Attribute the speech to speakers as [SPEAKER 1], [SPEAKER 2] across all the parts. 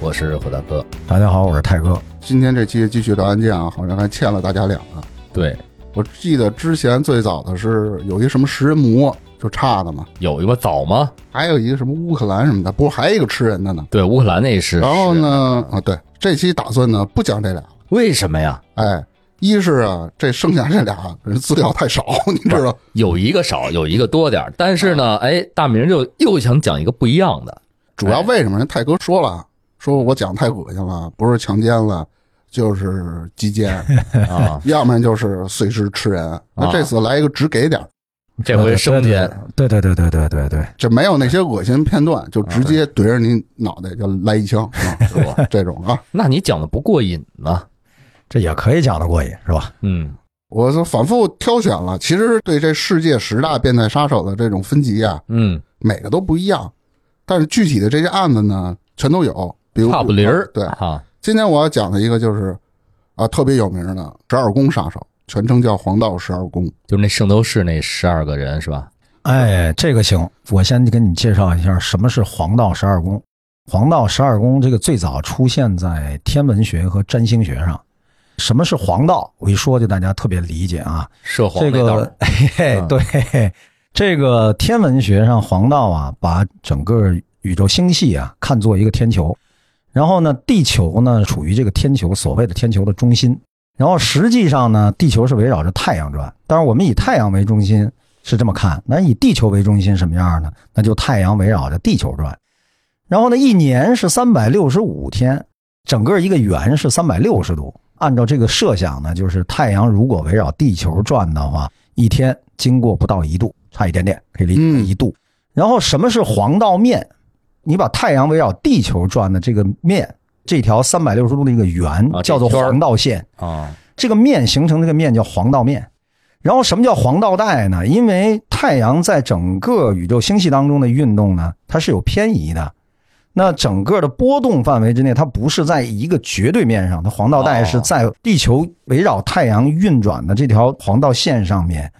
[SPEAKER 1] 我是火大哥。
[SPEAKER 2] 大家好，我是泰哥。
[SPEAKER 3] 今天这期继续聊案件啊，好像还欠了大家两个。
[SPEAKER 1] 对，
[SPEAKER 3] 我记得之前最早的是有一什么食人魔，就差的嘛，
[SPEAKER 1] 有一个早吗？
[SPEAKER 3] 还有一个什么乌克兰什么的，不是还有一个吃人的呢？
[SPEAKER 1] 对，乌克兰那是。啊
[SPEAKER 3] 然后？呢，啊对，这期打算呢不讲这俩，
[SPEAKER 1] 为什么呀？
[SPEAKER 3] 哎，一是啊这剩下这俩人资料太少， 你知道，
[SPEAKER 1] 有一个少，有一个多点儿但是呢，哎，大明就又想讲一个不一样的。
[SPEAKER 3] 主要为什么？人泰哥说了，啊说我讲太恶心了，不是强奸了。就是鸡奸啊，要不然就是碎尸吃人。那这次来一个只给点儿
[SPEAKER 1] 这回升天，
[SPEAKER 2] 呃对对对对对对对，
[SPEAKER 3] 这没有那些恶心片段，就直
[SPEAKER 1] 啊
[SPEAKER 3] 接怼着你脑袋就来一枪，啊、是 吧？这种啊，
[SPEAKER 1] 哦那你讲的不过瘾呢？
[SPEAKER 2] 这也可以讲得过瘾，是吧？
[SPEAKER 1] 嗯，
[SPEAKER 3] 我就反复挑选了。其实对这世界十大变态杀手的这种分级啊，
[SPEAKER 1] 嗯，
[SPEAKER 3] 每个都不一样，但是具体的这些案子呢，全都有。比如
[SPEAKER 1] 差不离儿。
[SPEAKER 3] 对，
[SPEAKER 1] 哈，
[SPEAKER 3] 今天我要讲的一个就是啊，特别有名的十二宫杀手，全称叫黄道十二宫。
[SPEAKER 1] 就是那圣斗士那十二个人是吧？
[SPEAKER 2] 哎，这个行，我先给你介绍一下什么是黄道十二宫。黄道十二宫这个最早出现在天文学和占星学上。什么是黄道？我一说就大家特别理解啊。
[SPEAKER 1] 涉黄
[SPEAKER 2] 这
[SPEAKER 1] 那道
[SPEAKER 2] 个
[SPEAKER 1] 儿，
[SPEAKER 2] 嘿嘿
[SPEAKER 1] 嗯，
[SPEAKER 2] 对，这个天文学上黄道啊，把整个宇宙星系啊看作一个天球，然后呢，地球呢处于这个天球所谓的天球的中心，然后实际上呢，地球是围绕着太阳转，当然我们以太阳为中心是这么看，那以地球为中心什么样呢？那就太阳围绕着地球转，然后呢，一年是三百六十五天，整个一个圆是三百六十度。按照这个设想呢，就是太阳如果围绕地球转的话，一天经过不到一度，差一点点，可以理解为
[SPEAKER 3] 嗯
[SPEAKER 2] 一度。然后什么是黄道面？你把太阳围绕地球转的这个面，这条三百六十度的一个圆
[SPEAKER 1] 啊这
[SPEAKER 2] 叫做
[SPEAKER 1] 圈儿
[SPEAKER 2] 黄道线。
[SPEAKER 1] 啊，
[SPEAKER 2] 这个面形成这个面叫黄道面。然后什么叫黄道带呢？因为太阳在整个宇宙星系当中的运动呢，它是有偏移的。那整个的波动范围之内，它不是在一个绝对面上，它黄道带
[SPEAKER 1] 哦
[SPEAKER 2] 是在地球围绕太阳运转的这条黄道线上面，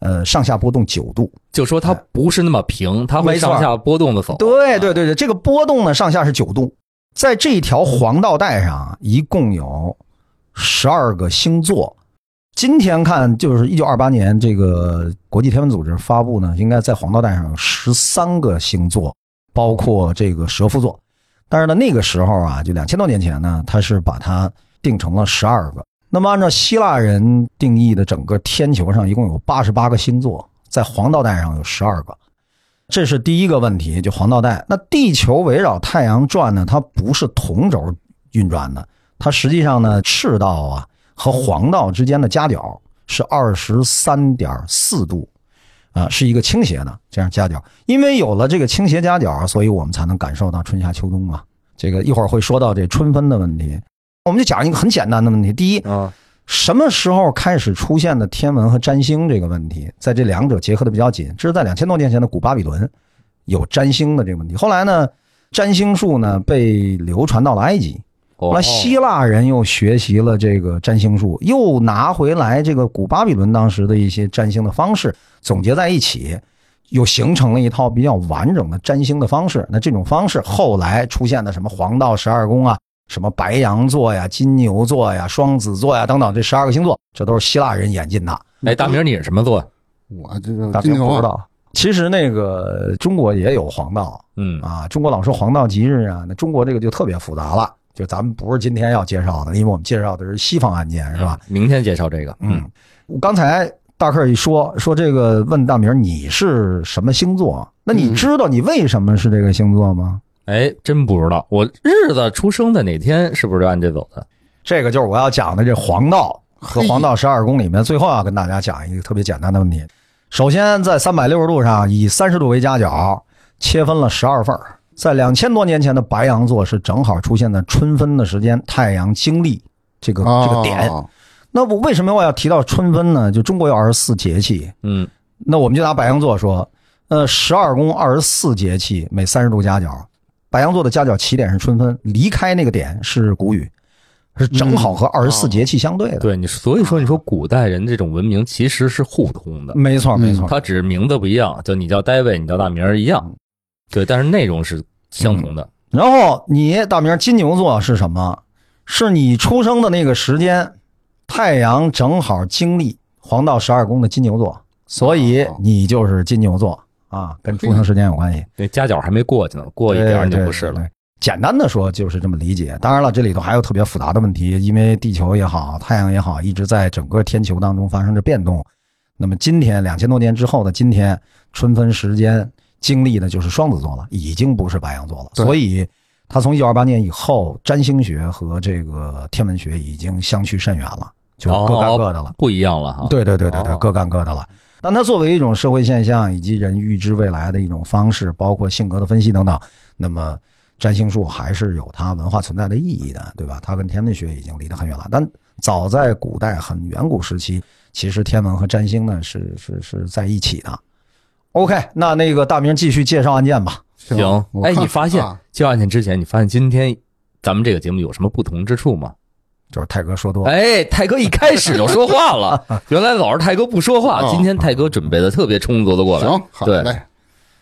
[SPEAKER 2] 呃，上下波动九度。
[SPEAKER 1] 就说它不是那么平，它会
[SPEAKER 2] 没错
[SPEAKER 1] 上下波动的走。
[SPEAKER 2] 对对对对，这个波动呢上下是九度，在这一条黄道带上啊一共有十二个星座。今天看就是一九二八年这个国际天文组织发布呢，应该在黄道带上有十三个星座，包括这个蛇夫座。但是呢，那个时候啊，就两千多年前呢，它是把它定成了十二个。那么按照希腊人定义的整个天球上一共有八十八个星座，在黄道带上有十二个。这是第一个问题，就黄道带。那地球围绕太阳转呢，它不是同轴运转的，它实际上呢，赤道啊和黄道之间的夹角是二十三点四度，啊、是一个倾斜的这样夹角。因为有了这个倾斜夹角，所以我们才能感受到春夏秋冬嘛。这个一会儿会说到这春分的问题，我们就讲一个很简单的问题。第一，
[SPEAKER 1] 啊，
[SPEAKER 2] 什么时候开始出现的天文和占星这个问题，在这两者结合的比较紧。这是在两千多年前的古巴比伦有占星的这个问题。后来呢，占星术呢被流传到了埃及，
[SPEAKER 1] 哦
[SPEAKER 2] 后来希腊人又学习了这个占星术，又拿回来这个古巴比伦当时的一些占星的方式，总结在一起，又形成了一套比较完整的占星的方式。那这种方式后来出现的什么黄道十二宫啊，什么白羊座呀、金牛座呀、双子座呀等等，这十二个星座，这都是希腊人演进的。
[SPEAKER 1] 哎，大明你是什么座？
[SPEAKER 3] 我这个
[SPEAKER 2] 大家
[SPEAKER 3] 金牛
[SPEAKER 2] 不知
[SPEAKER 3] 啊，
[SPEAKER 2] 道，其实那个中国也有黄道，
[SPEAKER 1] 嗯，
[SPEAKER 2] 啊，中国老说黄道吉日啊，那中国这个就特别复杂了，就咱们不是今天要介绍的，因为我们介绍的是西方案件，是吧？？
[SPEAKER 1] 明天介绍这个。
[SPEAKER 2] 嗯，，我刚才大克一说说这个，问大明你是什么星座？那你知道你为什么是这个星座吗？
[SPEAKER 1] 哎，真不知道，我日子出生的哪天是不是就按这走的？
[SPEAKER 2] 这个就是我要讲的这黄道和黄道十二宫里面，最后要跟大家讲一个特别简单的问题。首先，在三百六十度上以三十度为夹角，切分了十二份儿在两千多年前的白羊座是正好出现在春分的时间，太阳经历这个这个点。
[SPEAKER 3] 哦
[SPEAKER 2] 那我为什么我要提到春分呢？就中国有二十四节气，
[SPEAKER 1] 嗯
[SPEAKER 2] 那我们就拿白羊座说，呃，十二宫二十四节气，每三十度夹角，白羊座的夹角起点是春分，离开那个点是谷雨，是正好和二十四节气相对的。
[SPEAKER 1] 对你，所以说你说古代人这种文明其实是互通的，
[SPEAKER 2] 没错，
[SPEAKER 3] 嗯
[SPEAKER 2] 没错。
[SPEAKER 1] 它只是名字不一样，就你叫 David，你叫大名儿一样，对，但是内容是相同的。
[SPEAKER 2] 然后你大明金牛座是什么？是你出生的那个时间，太阳正好经历黄道十二宫的金牛座，所以
[SPEAKER 3] 哦
[SPEAKER 2] 你就是金牛座啊，跟出生时间有关系。
[SPEAKER 1] 那夹角还没过去呢，过一点儿你就不是
[SPEAKER 2] 对。对
[SPEAKER 1] 了
[SPEAKER 2] 对。简单的说就是这么理解，当然了，这里头还有特别复杂的问题，因为地球也好，太阳也好，一直在整个天球当中发生着变动。那么今天两千多年之后的今天，春分时间经历的就是双子座了，已经不是白羊座了。
[SPEAKER 3] 对
[SPEAKER 2] 所以，它从一九二八年以后，占星学和这个天文学已经相去甚远了，就
[SPEAKER 1] 哦
[SPEAKER 2] 各干各的了。
[SPEAKER 1] 不一样了哈。，
[SPEAKER 2] 对对对对对
[SPEAKER 1] 哦，
[SPEAKER 2] 各干各的了。但它作为一种社会现象以及人预知未来的一种方式，包括性格的分析等等，那么占星术还是有它文化存在的意义的，对吧？它跟天文学已经离得很远了。但早在古代很远古时期，其实天文和占星呢是是是在一起的。OK，那那个大明继续介绍案件吧。
[SPEAKER 1] 行。
[SPEAKER 3] 我
[SPEAKER 1] 哎，
[SPEAKER 3] 看
[SPEAKER 1] 你发现
[SPEAKER 3] 啊
[SPEAKER 1] 介绍案件之前，你发现今天咱们这个节目有什么不同之处吗？
[SPEAKER 2] 就是泰哥说多了，
[SPEAKER 1] 哎，泰哥一开始就说话了，原来老是泰哥不说
[SPEAKER 3] 哦
[SPEAKER 1] 话，今天泰哥准备的特别充足的过来。
[SPEAKER 3] 行，好
[SPEAKER 1] 对，
[SPEAKER 3] 嘞。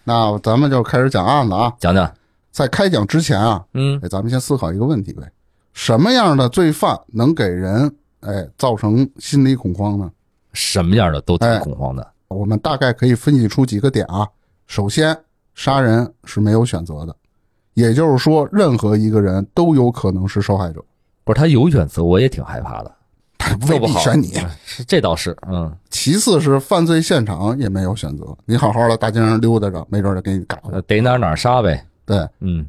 [SPEAKER 3] 那咱们就开始讲案了啊。
[SPEAKER 1] 讲讲，
[SPEAKER 3] 在开讲之前啊，
[SPEAKER 1] 嗯
[SPEAKER 3] 哎，咱们先思考一个问题呗：什么样的罪犯能给人哎造成心理恐慌呢？
[SPEAKER 1] 什么样的都
[SPEAKER 3] 哎
[SPEAKER 1] 挺恐慌的。
[SPEAKER 3] 我们大概可以分析出几个点啊。首先，杀人是没有选择的，也就是说，任何一个人都有可能是受害者。
[SPEAKER 1] 不是他有选择，我也挺害怕的。
[SPEAKER 3] 他
[SPEAKER 1] 做
[SPEAKER 3] 未
[SPEAKER 1] 不
[SPEAKER 3] 必
[SPEAKER 1] 好
[SPEAKER 3] 选你。
[SPEAKER 1] 是 这倒是，嗯，
[SPEAKER 3] 其次是犯罪现场也没有选择，你好好的大街上溜达着，没准儿就给你嘎了。
[SPEAKER 1] 呃逮哪儿哪儿杀呗，
[SPEAKER 3] 对，
[SPEAKER 1] 嗯，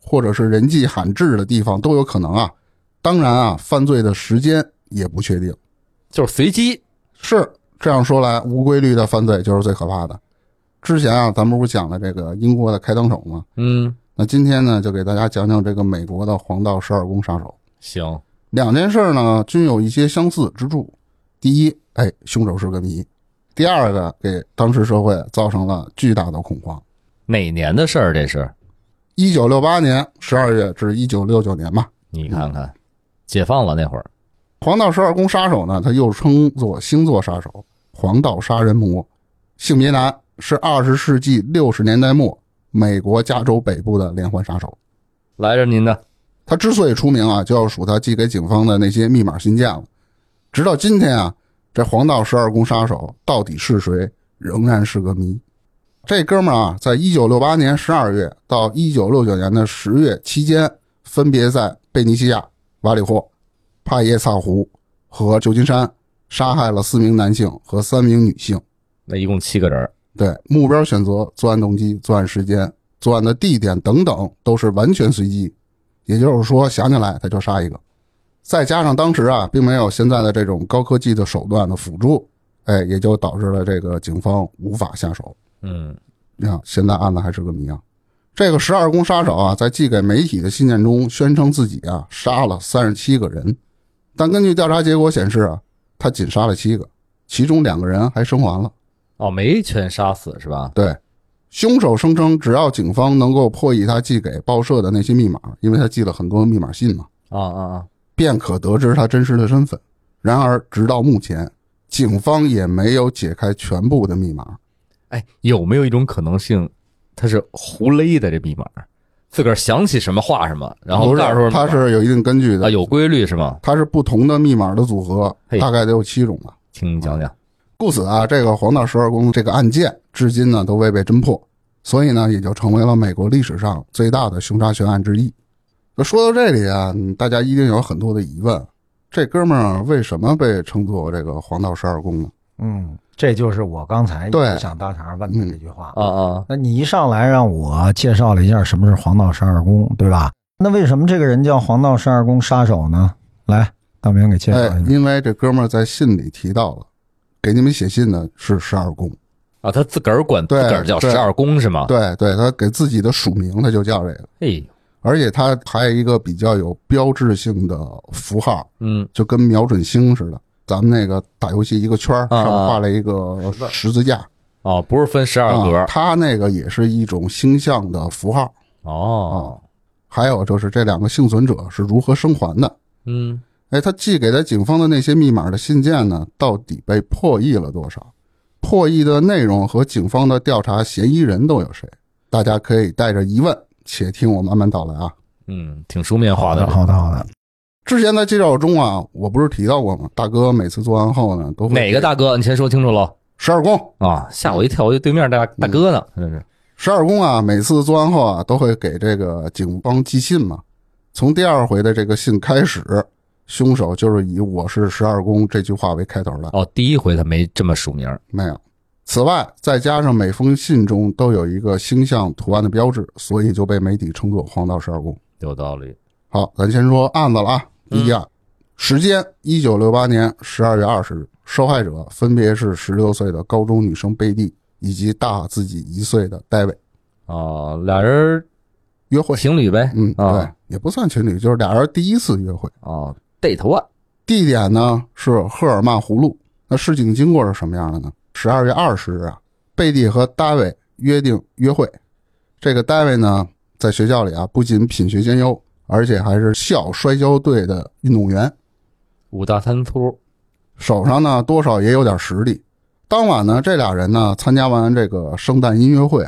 [SPEAKER 3] 或者是人迹罕至的地方都有可能啊。当然啊，犯罪的时间也不确定。
[SPEAKER 1] 就是随机，
[SPEAKER 3] 是这样说来，无规律的犯罪就是最可怕的。之前啊，咱们不是讲了这个英国的开膛手吗？
[SPEAKER 1] 嗯，
[SPEAKER 3] 那今天呢，就给大家讲讲这个美国的黄道十二宫杀手。
[SPEAKER 1] 行，
[SPEAKER 3] 两件事呢，均有一些相似之处。第一，哎，凶手是个谜；第二个，给当时社会造成了巨大的恐慌。
[SPEAKER 1] 哪年的事儿这是？
[SPEAKER 3] 一九六八年十二月至一九六九年吧，
[SPEAKER 1] 你看看，解放了那会儿，
[SPEAKER 3] 黄道十二宫杀手呢，它又称作星座杀手、黄道杀人魔，性别男，是二十世纪六十年代末美国加州北部的连环杀手。
[SPEAKER 1] 来着您的，
[SPEAKER 3] 他之所以出名啊，就要数他寄给警方的那些密码信件了。直到今天啊，这黄道十二宫杀手到底是谁，仍然是个谜。这哥们儿啊，在一九六八年十二月到一九六九年的十月期间，分别在贝尼西亚、瓦里霍、帕耶萨湖和旧金山杀害了四名男性和三名女性。
[SPEAKER 1] 那一共七个人儿，
[SPEAKER 3] 对，目标选择、作案动机、作案时间、作案的地点等等都是完全随机，也就是说想起来他就杀一个。再加上当时啊，并没有现在的这种高科技的手段的辅助，哎，也就导致了这个警方无法下手。
[SPEAKER 1] 嗯，
[SPEAKER 3] 你看，现在案子还是个谜啊。这个十二宫杀手啊，在寄给媒体的信件中宣称自己啊杀了三十七个人，但根据调查结果显示啊，他仅杀了七个，其中两个人还生还了。
[SPEAKER 1] 哦，没全杀死是吧？
[SPEAKER 3] 对，凶手声称只要警方能够破译他寄给报社的那些密码，因为他寄了很多密码信嘛，
[SPEAKER 1] 啊啊啊，
[SPEAKER 3] 便可得知他真实的身份。然而，直到目前，警方也没有解开全部的密码。
[SPEAKER 1] 哎，有没有一种可能性，他是胡勒的这密码，自个儿想起什么画什么，然后
[SPEAKER 3] 不
[SPEAKER 1] 告诉
[SPEAKER 3] 是，它是有一定根据的
[SPEAKER 1] 啊，有规律是吗？
[SPEAKER 3] 它是不同的密码的组合，
[SPEAKER 1] 嘿
[SPEAKER 3] 大概得有七种吧。
[SPEAKER 1] 请你讲讲，
[SPEAKER 3] 故此啊，这个黄道十二宫这个案件至今呢都未被侦破，所以呢也就成为了美国历史上最大的凶杀悬案之一。那说到这里啊，嗯大家一定有很多的疑问：这哥们儿为什么被称作这个黄道十二宫呢？
[SPEAKER 2] 嗯，这就是我刚才一
[SPEAKER 3] 对
[SPEAKER 2] 直想搭茬问的这句话。
[SPEAKER 1] 啊啊，
[SPEAKER 2] 那你一上来让我介绍了一下什么是黄道十二宫，对吧？那为什么这个人叫黄道十二宫杀手呢？来，大明给介绍
[SPEAKER 3] 哎
[SPEAKER 2] 一，下。
[SPEAKER 3] 因为这哥们儿在信里提到了，给你们写信的是十二宫，
[SPEAKER 1] 啊啊，他自个儿管自
[SPEAKER 3] 对
[SPEAKER 1] 个儿叫
[SPEAKER 3] 对
[SPEAKER 1] 十二宫是吗？哎
[SPEAKER 3] 对对，他给自己的署名，他就叫这个，
[SPEAKER 1] 嘿，
[SPEAKER 3] 而且他还有一个比较有标志性的符号，
[SPEAKER 1] 嗯，
[SPEAKER 3] 就跟瞄准星似的。咱们那个打游戏一个圈儿上
[SPEAKER 1] 啊
[SPEAKER 3] 面画了一个十字架，
[SPEAKER 1] 哦，不是分十二格
[SPEAKER 3] 啊，它那个也是一种星象的符号。
[SPEAKER 1] 哦，
[SPEAKER 3] 还有就是这两个幸存者是如何生还的？
[SPEAKER 1] 嗯，
[SPEAKER 3] 哎，他寄给他警方的那些密码的信件呢，到底被破译了多少？破译的内容和警方的调查嫌疑人都有谁？大家可以带着疑问，且听我慢慢道来啊。
[SPEAKER 1] 嗯，挺书面化
[SPEAKER 2] 好的，
[SPEAKER 1] 的。
[SPEAKER 2] 好的，好的。
[SPEAKER 3] 之前在介绍中啊，我不是提到过吗？大哥每次作案后呢，都会
[SPEAKER 1] 哪个大哥？你先说清楚喽。
[SPEAKER 3] 十二宫？
[SPEAKER 1] 啊，吓我一跳！我就对面
[SPEAKER 3] 嗯
[SPEAKER 1] 大大哥呢，这是
[SPEAKER 3] 十二宫啊，每次作案后啊，都会给这个警方寄信嘛。从第二回的这个信开始，凶手就是以“我是十二宫”这句话为开头的。
[SPEAKER 1] 哦，第一回他没这么署名儿。
[SPEAKER 3] 没有。此外，再加上每封信中都有一个星象图案的标志，所以就被媒体称作“黄道十二宫
[SPEAKER 1] 有道理。”。
[SPEAKER 3] 好，咱先说案子了啊。第一案，时间一九六八年十二月二十日，受害者分别是十六岁的高中女生贝蒂以及大自己一岁的戴维。
[SPEAKER 1] 哦，俩人
[SPEAKER 3] 约会，
[SPEAKER 1] 情侣呗。
[SPEAKER 3] 嗯，对
[SPEAKER 1] 啊，，
[SPEAKER 3] 也不算情侣，就是俩人第一次约会。
[SPEAKER 1] 哦，date one。
[SPEAKER 3] 地点呢是赫尔曼湖路。那事情经过是什么样的呢？十二月二十日啊，贝蒂和大卫约定约会。这个大卫呢，在学校里啊，不仅品学兼优，而且还是校摔跤队的运动员，
[SPEAKER 1] 五大三粗，
[SPEAKER 3] 手上呢多少也有点实力。当晚呢，这俩人呢参加完这个圣诞音乐会，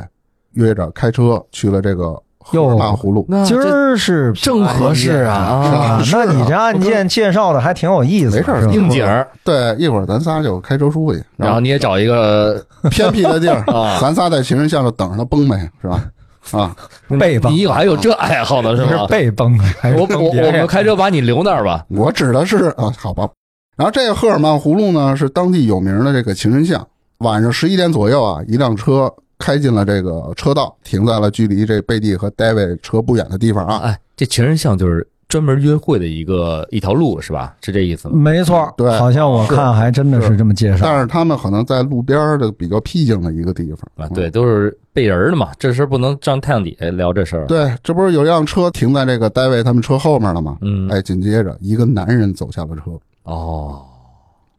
[SPEAKER 3] 约着开车去了这个赫尔曼湖路。
[SPEAKER 1] 那
[SPEAKER 2] 今儿是
[SPEAKER 1] 正合适啊
[SPEAKER 2] 啊
[SPEAKER 3] 是啊
[SPEAKER 2] 那你这案件介绍的还挺有意思，
[SPEAKER 3] 没事儿
[SPEAKER 2] 是吧
[SPEAKER 1] 应景儿，
[SPEAKER 3] 对，一会儿咱仨就开车出去，
[SPEAKER 1] 然后你也找一个
[SPEAKER 3] 偏僻的地儿
[SPEAKER 1] 啊，
[SPEAKER 3] 咱仨在情人巷就等着他崩呗，是吧？啊，
[SPEAKER 2] 被吧
[SPEAKER 1] 你以后还有这爱好呢是
[SPEAKER 2] 是
[SPEAKER 1] 吗？
[SPEAKER 2] 被崩还是
[SPEAKER 1] 我我我们开车把你留那儿吧。
[SPEAKER 3] 我指的是啊，好吧。然后这个赫尔曼葫芦呢，是当地有名的这个情人巷。晚上十一点左右啊，一辆车开进了这个车道，停在了距离这贝蒂和戴维车不远的地方啊。
[SPEAKER 1] 哎，这情人巷就是专门约会的一个一条路是吧？是这意思
[SPEAKER 3] 嗯
[SPEAKER 1] 吗？
[SPEAKER 2] 没错儿，
[SPEAKER 3] 对
[SPEAKER 2] 好像我
[SPEAKER 3] 是
[SPEAKER 2] 看还真的是这么介绍。
[SPEAKER 3] 但是他们可能在路边儿的比较僻静的一个地方
[SPEAKER 1] 啊，对，都是背人儿的嘛，这事儿不能让太阳底下聊这事儿。，
[SPEAKER 3] 对，这不是有辆车停在这个戴维他们车后面了吗？
[SPEAKER 1] 嗯，
[SPEAKER 3] 哎，紧接着一个男人走下了车，
[SPEAKER 1] 哦，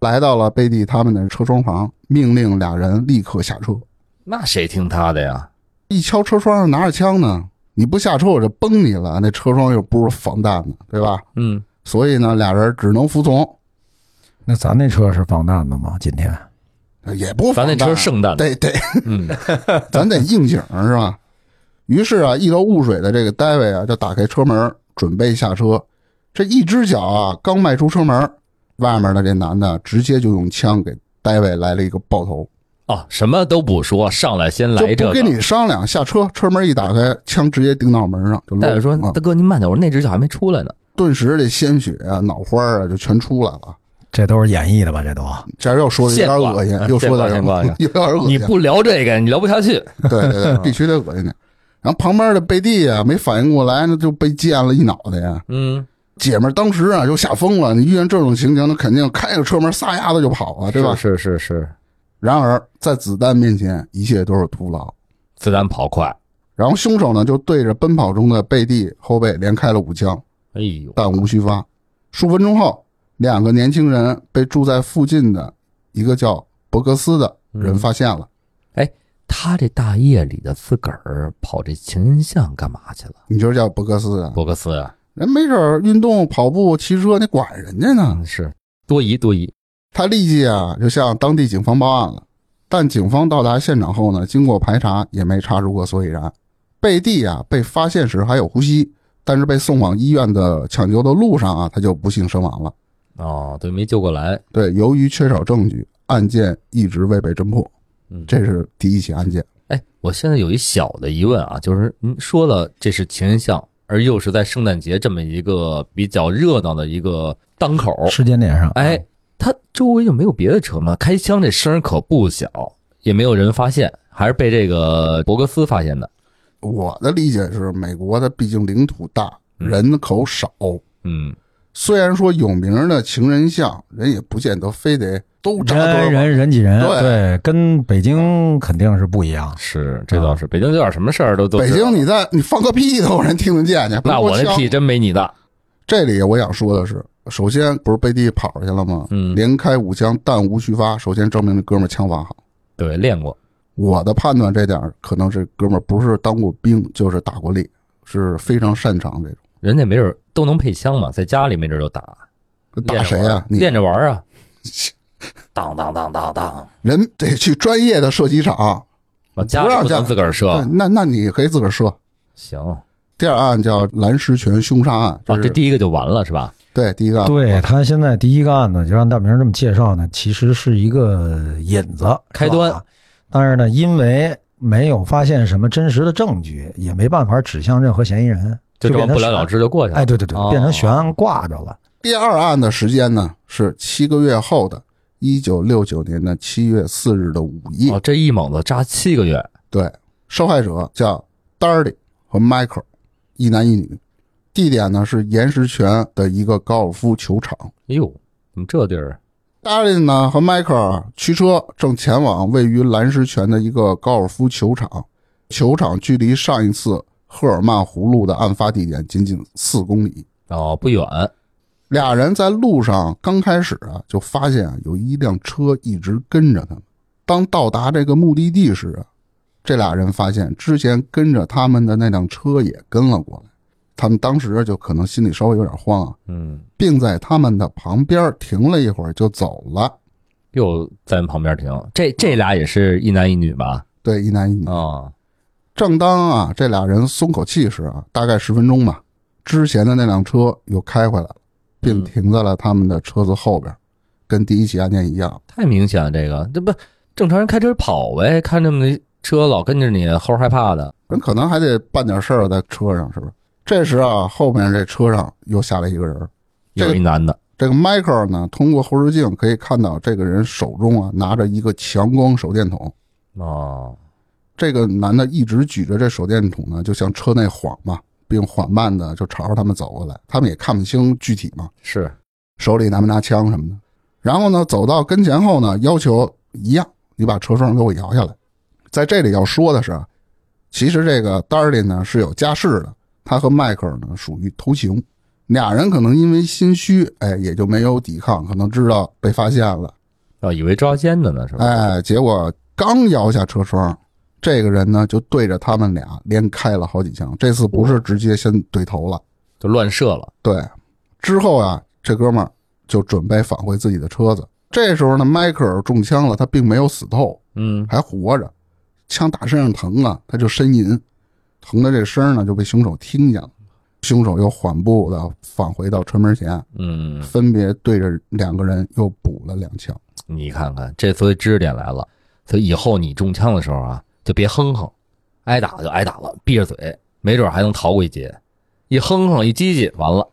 [SPEAKER 3] 来到了贝蒂他们的车窗旁，命令俩人立刻下车。
[SPEAKER 1] 那谁听他的呀？
[SPEAKER 3] 一敲车窗上拿着枪呢，你不下车我就崩你了。那车窗又不是防弹的，对吧？
[SPEAKER 1] 嗯，
[SPEAKER 3] 所以呢，俩人只能服从，
[SPEAKER 2] 那咱那车是防弹的吗？今天
[SPEAKER 3] 呃也不
[SPEAKER 1] 咱
[SPEAKER 3] 防
[SPEAKER 1] 那
[SPEAKER 3] 弹。
[SPEAKER 1] 车圣诞的，
[SPEAKER 3] 得得，
[SPEAKER 1] 嗯，
[SPEAKER 3] 咱得应景儿是吧？于是啊，一头雾水的这个戴维啊，就打开车门准备下车，这一只脚啊刚迈出车门，外面的这男的直接就用枪给戴维来了一个爆头，
[SPEAKER 1] 哦，什么都不说，上来先来
[SPEAKER 3] 就
[SPEAKER 1] 这
[SPEAKER 3] 不
[SPEAKER 1] 个
[SPEAKER 3] 跟。你商量，下车，车门一打开，枪直接顶脑门上，就
[SPEAKER 1] 大夫说：“
[SPEAKER 3] 啊
[SPEAKER 1] 大哥，您慢点，我那只脚还没出来呢。
[SPEAKER 3] 顿时这鲜血啊、脑花啊就全出来了。
[SPEAKER 2] 这都是演绎的吧？这都
[SPEAKER 3] 这又说的有点恶心
[SPEAKER 1] 现挂，
[SPEAKER 3] 又说的
[SPEAKER 1] 现挂现挂
[SPEAKER 3] 有点恶心，
[SPEAKER 1] 你不聊这个，你聊不下去。
[SPEAKER 3] 对对 对，必须得恶心点。然后旁边的贝蒂啊，没反应过来，那就被溅了一脑袋呀。
[SPEAKER 1] 嗯，
[SPEAKER 3] 姐们儿当时啊就吓疯了，你遇见这种情形，那肯定开着车门撒丫子就跑啊，对吧？
[SPEAKER 1] 是是是是，
[SPEAKER 3] 然而在子弹面前，一切都是徒劳。
[SPEAKER 1] 子弹跑快。
[SPEAKER 3] 然后凶手呢就对着奔跑中的贝蒂后背连开了五枪，
[SPEAKER 1] 哎呦，
[SPEAKER 3] 弹无虚发。数分钟后，两个年轻人被住在附近的一个叫伯格斯的
[SPEAKER 1] 嗯
[SPEAKER 3] 人发现了。
[SPEAKER 1] 他这大夜里的自个儿跑这情人巷干嘛去了？
[SPEAKER 3] 你就是叫伯格斯啊？
[SPEAKER 1] 博克斯啊，
[SPEAKER 3] 人没准儿运动、跑步、骑车，你管人家呢？
[SPEAKER 1] 嗯是多疑多疑。
[SPEAKER 3] 他立即啊就向当地警方报案了。但警方到达现场后呢，经过排查也没查出个所以然。贝蒂啊被发现时还有呼吸，但是被送往医院的抢救的路上啊，他就不幸身亡了。
[SPEAKER 1] 哦，对，没救过来。
[SPEAKER 3] 对，由于缺少证据，案件一直未被侦破。
[SPEAKER 1] 嗯，
[SPEAKER 3] 这是第一起案件。
[SPEAKER 1] 哎，我现在有一小的疑问啊，就是您说了这是情人巷，而又是在圣诞节这么一个比较热闹的一个档口，
[SPEAKER 2] 时间点上，
[SPEAKER 1] 哎，他周围就没有别的车吗？开枪这声儿可不小，也没有人发现，还是被这个伯格斯发现的。
[SPEAKER 3] 我的理解是，美国它毕竟领土大，人口少，
[SPEAKER 1] 嗯，
[SPEAKER 3] 虽然说有名的情人像，人也不见得非得都扎堆
[SPEAKER 2] 人
[SPEAKER 3] 儿吧。
[SPEAKER 2] 人人挤人，
[SPEAKER 3] 对
[SPEAKER 2] 对，跟北京肯定是不一样。
[SPEAKER 1] 是，这倒是，啊北京有点什么事儿都都
[SPEAKER 3] 北
[SPEAKER 1] 知道
[SPEAKER 3] 京，你在你放个屁都有人听得见去。
[SPEAKER 1] 那我
[SPEAKER 3] 的
[SPEAKER 1] 那屁真没你大，
[SPEAKER 3] 这里我想说的是，首先不是背地跑去了吗？
[SPEAKER 1] 嗯
[SPEAKER 3] 连开五枪，弹无虚发，首先证明这哥们儿枪法好。
[SPEAKER 1] 对，练过，
[SPEAKER 3] 我的判断这点儿可能这哥们儿不是当过兵，就是打过猎，是非常擅长这种。
[SPEAKER 1] 人家没准儿都能配枪嘛，在家里没准儿就打，
[SPEAKER 3] 打
[SPEAKER 1] 练着
[SPEAKER 3] 谁
[SPEAKER 1] 玩儿
[SPEAKER 3] 呀、你
[SPEAKER 1] 练着玩儿 啊，当当当当当，
[SPEAKER 3] 人得去专业的射击场，
[SPEAKER 1] 往家
[SPEAKER 3] 啊不
[SPEAKER 1] 里
[SPEAKER 3] 让
[SPEAKER 1] 不能
[SPEAKER 3] 家
[SPEAKER 1] 自个儿射
[SPEAKER 3] 对，那那你可以自个儿射。
[SPEAKER 1] 行啊，
[SPEAKER 3] 第二案叫蓝石泉凶杀案，就是、
[SPEAKER 1] 这啊第一个就完了是吧？
[SPEAKER 3] 对第一个案
[SPEAKER 1] 啊
[SPEAKER 2] 对他现在第一个案子，就让大明这么介绍呢，其实是一个引子
[SPEAKER 1] 开端
[SPEAKER 2] 是吧但是呢，因为没有发现什么真实的证据，也没办法指向任何嫌疑人，
[SPEAKER 1] 就这么
[SPEAKER 2] 变成
[SPEAKER 1] 不了了之就过去了。
[SPEAKER 2] 哎，对对对，
[SPEAKER 1] 哦
[SPEAKER 2] 变成悬案挂着了。
[SPEAKER 3] 第二案的时间呢是七个月后的，一九六九年的七月四日的午夜。
[SPEAKER 1] 哦，这一猛子扎七个月，哎
[SPEAKER 3] 对，受害者叫 Dardy 和 Michael，一男一女，地点呢是岩石泉的一个高尔夫球场。
[SPEAKER 1] 哎呦，怎么这地儿？
[SPEAKER 3] Dardy 呢和 Michael 驱车正前往位于蓝石泉的一个高尔夫球场，球场距离上一次赫尔曼葫芦的案发地点仅仅四公里。
[SPEAKER 1] 哦，不远，
[SPEAKER 3] 俩人在路上刚开始啊，就发现啊有一辆车一直跟着他们。当到达这个目的地时啊，这俩人发现之前跟着他们的那辆车也跟了过来。他们当时就可能心里稍微有点慌啊，
[SPEAKER 1] 嗯，
[SPEAKER 3] 并在他们的旁边停了一会儿就走了。
[SPEAKER 1] 又在人旁边停。这这俩也是一男一女吧？
[SPEAKER 3] 对，一男一女。
[SPEAKER 1] 啊，
[SPEAKER 3] 正当啊这俩人松口气时啊，大概十分钟吧，之前的那辆车又开回来了，并
[SPEAKER 1] 嗯
[SPEAKER 3] 停在了他们的车子后边，跟第一起案件一样。啊
[SPEAKER 1] 太明显了，这个这不正常人开车跑呗？看这么一车老跟着你，后害怕的。
[SPEAKER 3] 人可能还得办点事儿在车上，是不是？这时啊，后面这车上又下来一个人儿，这个
[SPEAKER 1] 有一男的，
[SPEAKER 3] 这个 Michael 呢，通过后视镜可以看到这个人手中啊拿着一个强光手电筒。
[SPEAKER 1] 哦，
[SPEAKER 3] 这个男的一直举着这手电筒呢，就向车内晃嘛，并缓慢的就朝着他们走过来。他们也看不清具体嘛，
[SPEAKER 1] 是
[SPEAKER 3] 手里拿没拿枪什么的。然后呢，走到跟前后呢，要求一样，你把车窗给我摇下来。在这里要说的是啊，其实这个 Darlin 呢是有家室的，他和迈克尔呢属于偷情，俩人可能因为心虚，哎，也就没有抵抗，可能知道被发现了，
[SPEAKER 1] 哦，以为抓奸的呢，是吧？
[SPEAKER 3] 哎，结果刚摇下车窗，这个人呢就对着他们俩连开了好几枪，这次不是直接先对头了。
[SPEAKER 1] 就乱射了。
[SPEAKER 3] 对，之后啊，这哥们儿就准备返回自己的车子。这时候呢，迈克尔中枪了，他并没有死透，
[SPEAKER 1] 嗯，
[SPEAKER 3] 还活着，枪打身上疼啊，他就呻吟，疼的这声呢就被凶手听见了。凶手又缓步的返回到车门前，
[SPEAKER 1] 嗯，
[SPEAKER 3] 分别对着两个人又补了两枪。
[SPEAKER 1] 你看看，这所以知识点来了。所以以后你中枪的时候啊，就别哼哼，挨打就挨打了，闭着嘴，没准还能逃过一劫。一哼哼一唧唧，完了。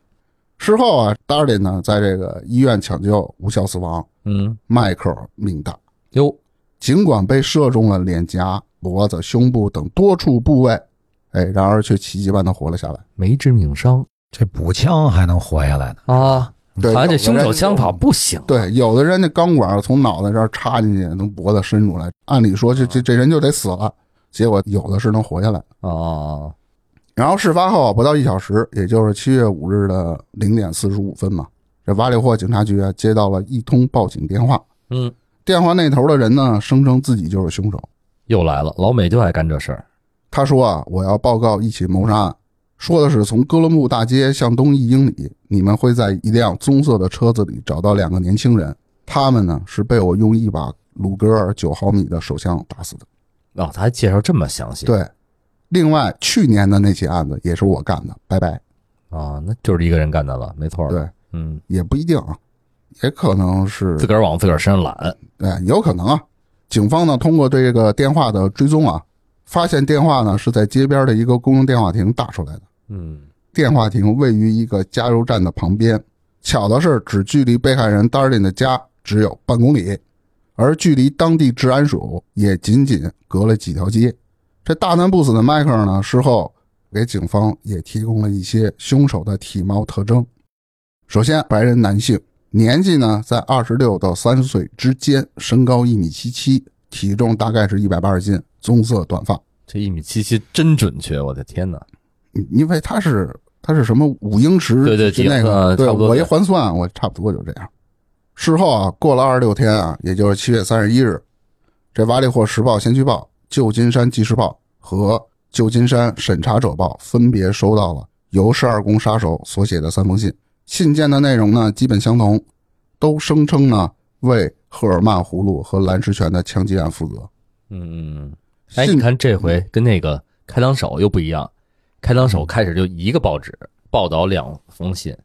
[SPEAKER 3] 事后啊，达尔林呢在这个医院抢救无效死亡，
[SPEAKER 1] 嗯，
[SPEAKER 3] 迈克尔命大。
[SPEAKER 1] 哟，
[SPEAKER 3] 尽管被射中了脸颊、脖子、胸部等多处部位，哎，然而却奇迹般的活了下来。
[SPEAKER 1] 没致命伤
[SPEAKER 2] 这补枪还能活下来呢？
[SPEAKER 1] 啊。
[SPEAKER 3] 对，
[SPEAKER 1] 好像
[SPEAKER 3] 有的
[SPEAKER 1] 这凶手
[SPEAKER 3] 人
[SPEAKER 1] 枪法不行。
[SPEAKER 3] 对，有的人那钢管从脑袋这儿插进去，从脖子伸出来，按理说这这这人就得死了，结果有的是能活下来。
[SPEAKER 1] 哦，
[SPEAKER 3] 然后事发后啊不到一小时，也就是七月五日的零点四十五分嘛，这瓦里霍警察局啊接到了一通报警电话，
[SPEAKER 1] 嗯，
[SPEAKER 3] 电话那头的人呢声称自己就是凶手，
[SPEAKER 1] 又来了，老美就爱干这事儿。
[SPEAKER 3] 他说啊，我要报告一起谋杀案，说的是从哥伦布大街向东一英里，你们会在一辆棕色的车子里找到两个年轻人，他们呢是被我用一把鲁格尔九毫米的手枪打死的。
[SPEAKER 1] 哦，他还介绍这么详细。
[SPEAKER 3] 对，另外去年的那起案子也是我干的，拜拜。
[SPEAKER 1] 啊，那就是一个人干的了，没错。，
[SPEAKER 3] 对，
[SPEAKER 1] 嗯，
[SPEAKER 3] 也不一定啊，也可能是
[SPEAKER 1] 自个儿往自个儿身上揽。
[SPEAKER 3] 哎，有可能啊。警方呢，通过对这个电话的追踪啊，发现电话呢是在街边的一个公用电话亭打出来的。
[SPEAKER 1] 嗯，
[SPEAKER 3] 电话亭位于一个加油站的旁边。巧的是，只距离被害人 Darlin 的家只有半公里，而距离当地治安署也仅仅隔了几条街。这大难不死的迈克尔呢，事后给警方也提供了一些凶手的体貌特征。首先，白人男性，年纪呢在二十六到三十岁之间，身高一米七七，体重大概是一百八十斤，棕色短发。
[SPEAKER 1] 这一米七七真准确，我的天哪！
[SPEAKER 3] 嗯因为他是他是什么五英尺，
[SPEAKER 1] 对对
[SPEAKER 3] 是那
[SPEAKER 1] 呃
[SPEAKER 3] 个，对
[SPEAKER 1] 差不多
[SPEAKER 3] 我一
[SPEAKER 1] 对
[SPEAKER 3] 换算，我差不多就这样。事后啊，过了二十六天啊，也就是七月三十一日，这《瓦利霍时报》《先驱报》《旧金山纪事报》和《旧金山审查者报》分别收到了由十二宫杀手所写的三封信。信件的内容呢，基本相同，都声称呢为赫尔曼·葫芦和蓝石泉的枪击案负责。
[SPEAKER 1] 嗯嗯，嗯哎，
[SPEAKER 3] 信
[SPEAKER 1] 你看这回跟那个开膛手又不一样，开膛手开始就一个报纸报道两封信，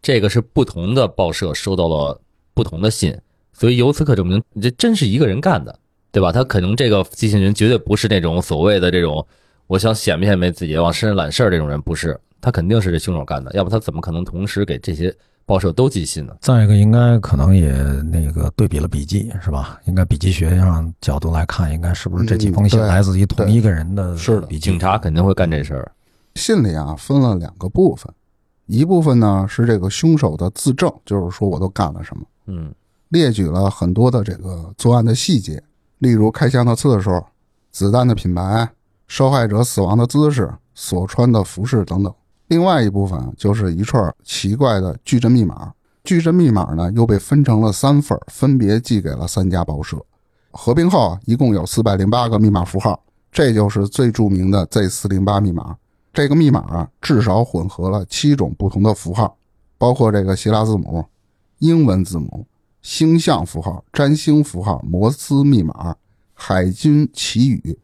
[SPEAKER 1] 这个是不同的报社收到了不同的信，所以由此可证明，这真是一个人干的，对吧？他可能这个寄信人绝对不是那种所谓的这种我想显摆显摆自己往身上揽事儿这种人，不是，他肯定是这凶手干的，要不他怎么可能同时给这些报社都寄信呢？
[SPEAKER 2] 再一个，应该可能也那个对比了笔记，是吧？应该笔记学上角度来看，应该是不是这几封
[SPEAKER 3] 嗯
[SPEAKER 2] 信
[SPEAKER 3] 对
[SPEAKER 2] 来自于同一个人的
[SPEAKER 3] 是的
[SPEAKER 2] 笔记？
[SPEAKER 1] 警察肯定会干这事儿，
[SPEAKER 3] 信里啊分了两个部分，一部分呢是这个凶手的自证，就是说我都干了什么，
[SPEAKER 1] 嗯
[SPEAKER 3] 列举了很多的这个作案的细节，例如开枪的次数、子弹的品牌、受害者死亡的姿势、所穿的服饰等等。另外一部分啊就是一串奇怪的矩阵密码，矩阵密码呢又被分成了三份儿，分别寄给了三家报社。合并后啊，一共有四百零八个密码符号，这就是最著名的 Z 四零八密码。这个密码啊，至少混合了七种不同的符号，包括这个希腊字母、英文字母、星象符号、占星符号、摩斯密码、海军旗语，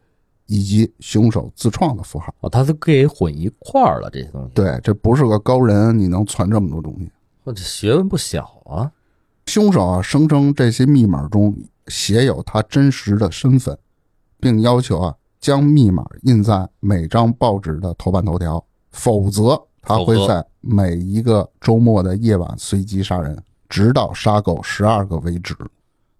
[SPEAKER 3] 以及凶手自创的符号。
[SPEAKER 1] 哦，他都给混一块儿了这些东西。
[SPEAKER 3] 对，这不是个高人，你能传这么多东西？
[SPEAKER 1] 我这学问不小啊！
[SPEAKER 3] 凶手啊声称这些密码中写有他真实的身份，并要求啊将密码印在每张报纸的头版头条，否则他会
[SPEAKER 1] 否则
[SPEAKER 3] 在每一个周末的夜晚随机杀人，直到杀够十二个为止。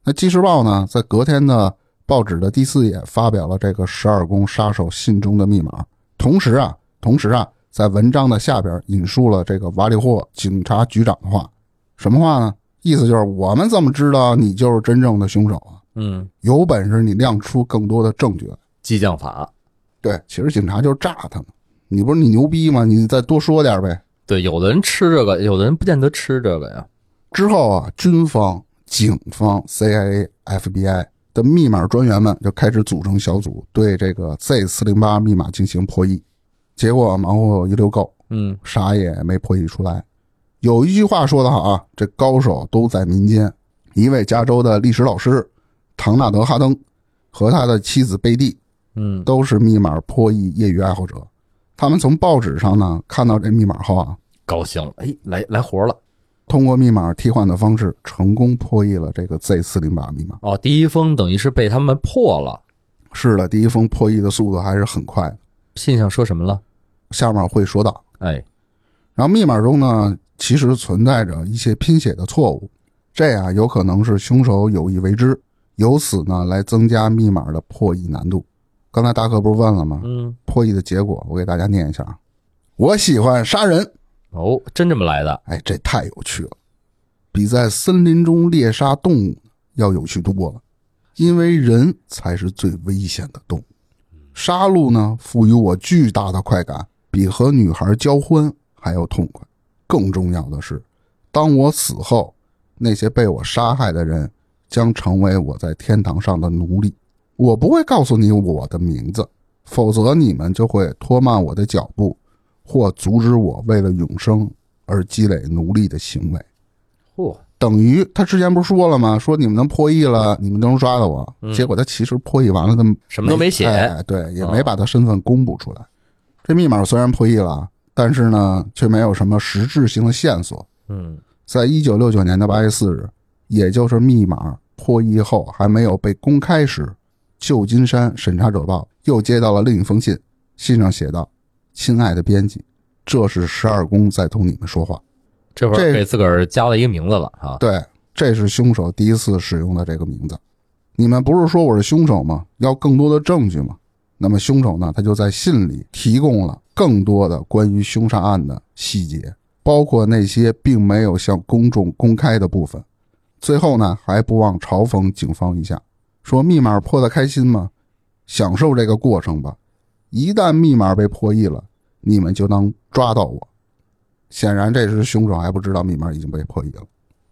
[SPEAKER 3] 那《纪事报》呢，在隔天的报纸的第四页发表了这个十二宫杀手信中的密码，同时啊，同时啊，在文章的下边引述了这个瓦里霍警察局长的话，什么话呢？意思就是我们怎么知道你就是真正的凶手啊？
[SPEAKER 1] 嗯，
[SPEAKER 3] 有本事你亮出更多的证据来。
[SPEAKER 1] 激将法，
[SPEAKER 3] 对，其实警察就是炸他们，你不是你牛逼吗？你再多说点呗。
[SPEAKER 1] 对，有的人吃这个，有的人不见得吃这个呀。
[SPEAKER 3] 之后啊，军方、警方、CIA、FBI 的密码专员们就开始组成小组，对这个 Z 四零八密码进行破译。结果啊忙活一溜够，
[SPEAKER 1] 嗯，
[SPEAKER 3] 啥也没破译出来。有一句话说得好啊，这高手都在民间。一位加州的历史老师唐纳德·哈登和他的妻子贝蒂
[SPEAKER 1] 嗯，
[SPEAKER 3] 都是密码破译业余爱好者。他们从报纸上呢看到这密码后啊，
[SPEAKER 1] 高兴了，哎，来来活了。
[SPEAKER 3] 通过密码替换的方式成功破译了这个 Z 四零八密码。
[SPEAKER 1] 哦，第一封等于是被他们破了。
[SPEAKER 3] 是的，第一封破译的速度还是很快的，
[SPEAKER 1] 信上说什么了？
[SPEAKER 3] 下面会说到。
[SPEAKER 1] 哎，
[SPEAKER 3] 然后密码中呢，其实存在着一些拼写的错误，这啊有可能是凶手有意为之，由此呢来增加密码的破译难度。刚才大哥不是问了吗？
[SPEAKER 1] 嗯，
[SPEAKER 3] 破译的结果我给大家念一下啊，我喜欢杀人，
[SPEAKER 1] 哦，真这么来的。
[SPEAKER 3] 哎，这太有趣了，比在森林中猎杀动物要有趣多了，因为人才是最危险的动物。杀戮呢，赋予我巨大的快感，比和女孩交欢还要痛快。更重要的是，当我死后，那些被我杀害的人将成为我在天堂上的奴隶。我不会告诉你我的名字，否则你们就会拖慢我的脚步，或阻止我为了永生而积累奴隶的行为。
[SPEAKER 1] 嚯、
[SPEAKER 3] 等于他之前不是说了吗？说你们能破译了，你们能抓到我。结果他其实破译完了，他
[SPEAKER 1] 嗯什么都没写
[SPEAKER 3] 哎对，也
[SPEAKER 1] 啊
[SPEAKER 3] 没把他身份公布出来。这密码虽然破译了，但是呢，却没有什么实质性的线索。
[SPEAKER 1] 嗯，
[SPEAKER 3] 在一九六九年的八月四日，也就是密码破译后还没有被公开时，《旧金山审查者报》又接到了另一封信，信上写道：“亲爱的编辑，这是十二宫在同你们说话。”
[SPEAKER 1] 这会
[SPEAKER 3] 这
[SPEAKER 1] 儿给自个儿加了一个名字了啊。
[SPEAKER 3] 对，这是凶手第一次使用的这个名字。你们不是说我是凶手吗？要更多的证据吗？那么凶手呢，他就在信里提供了更多的关于凶杀案的细节，包括那些并没有向公众公开的部分。最后呢，还不忘嘲讽警方一下，说密码破的开心吗？享受这个过程吧。一旦密码被破译了，你们就能抓到我。显然，这时凶手还不知道密码已经被破译了，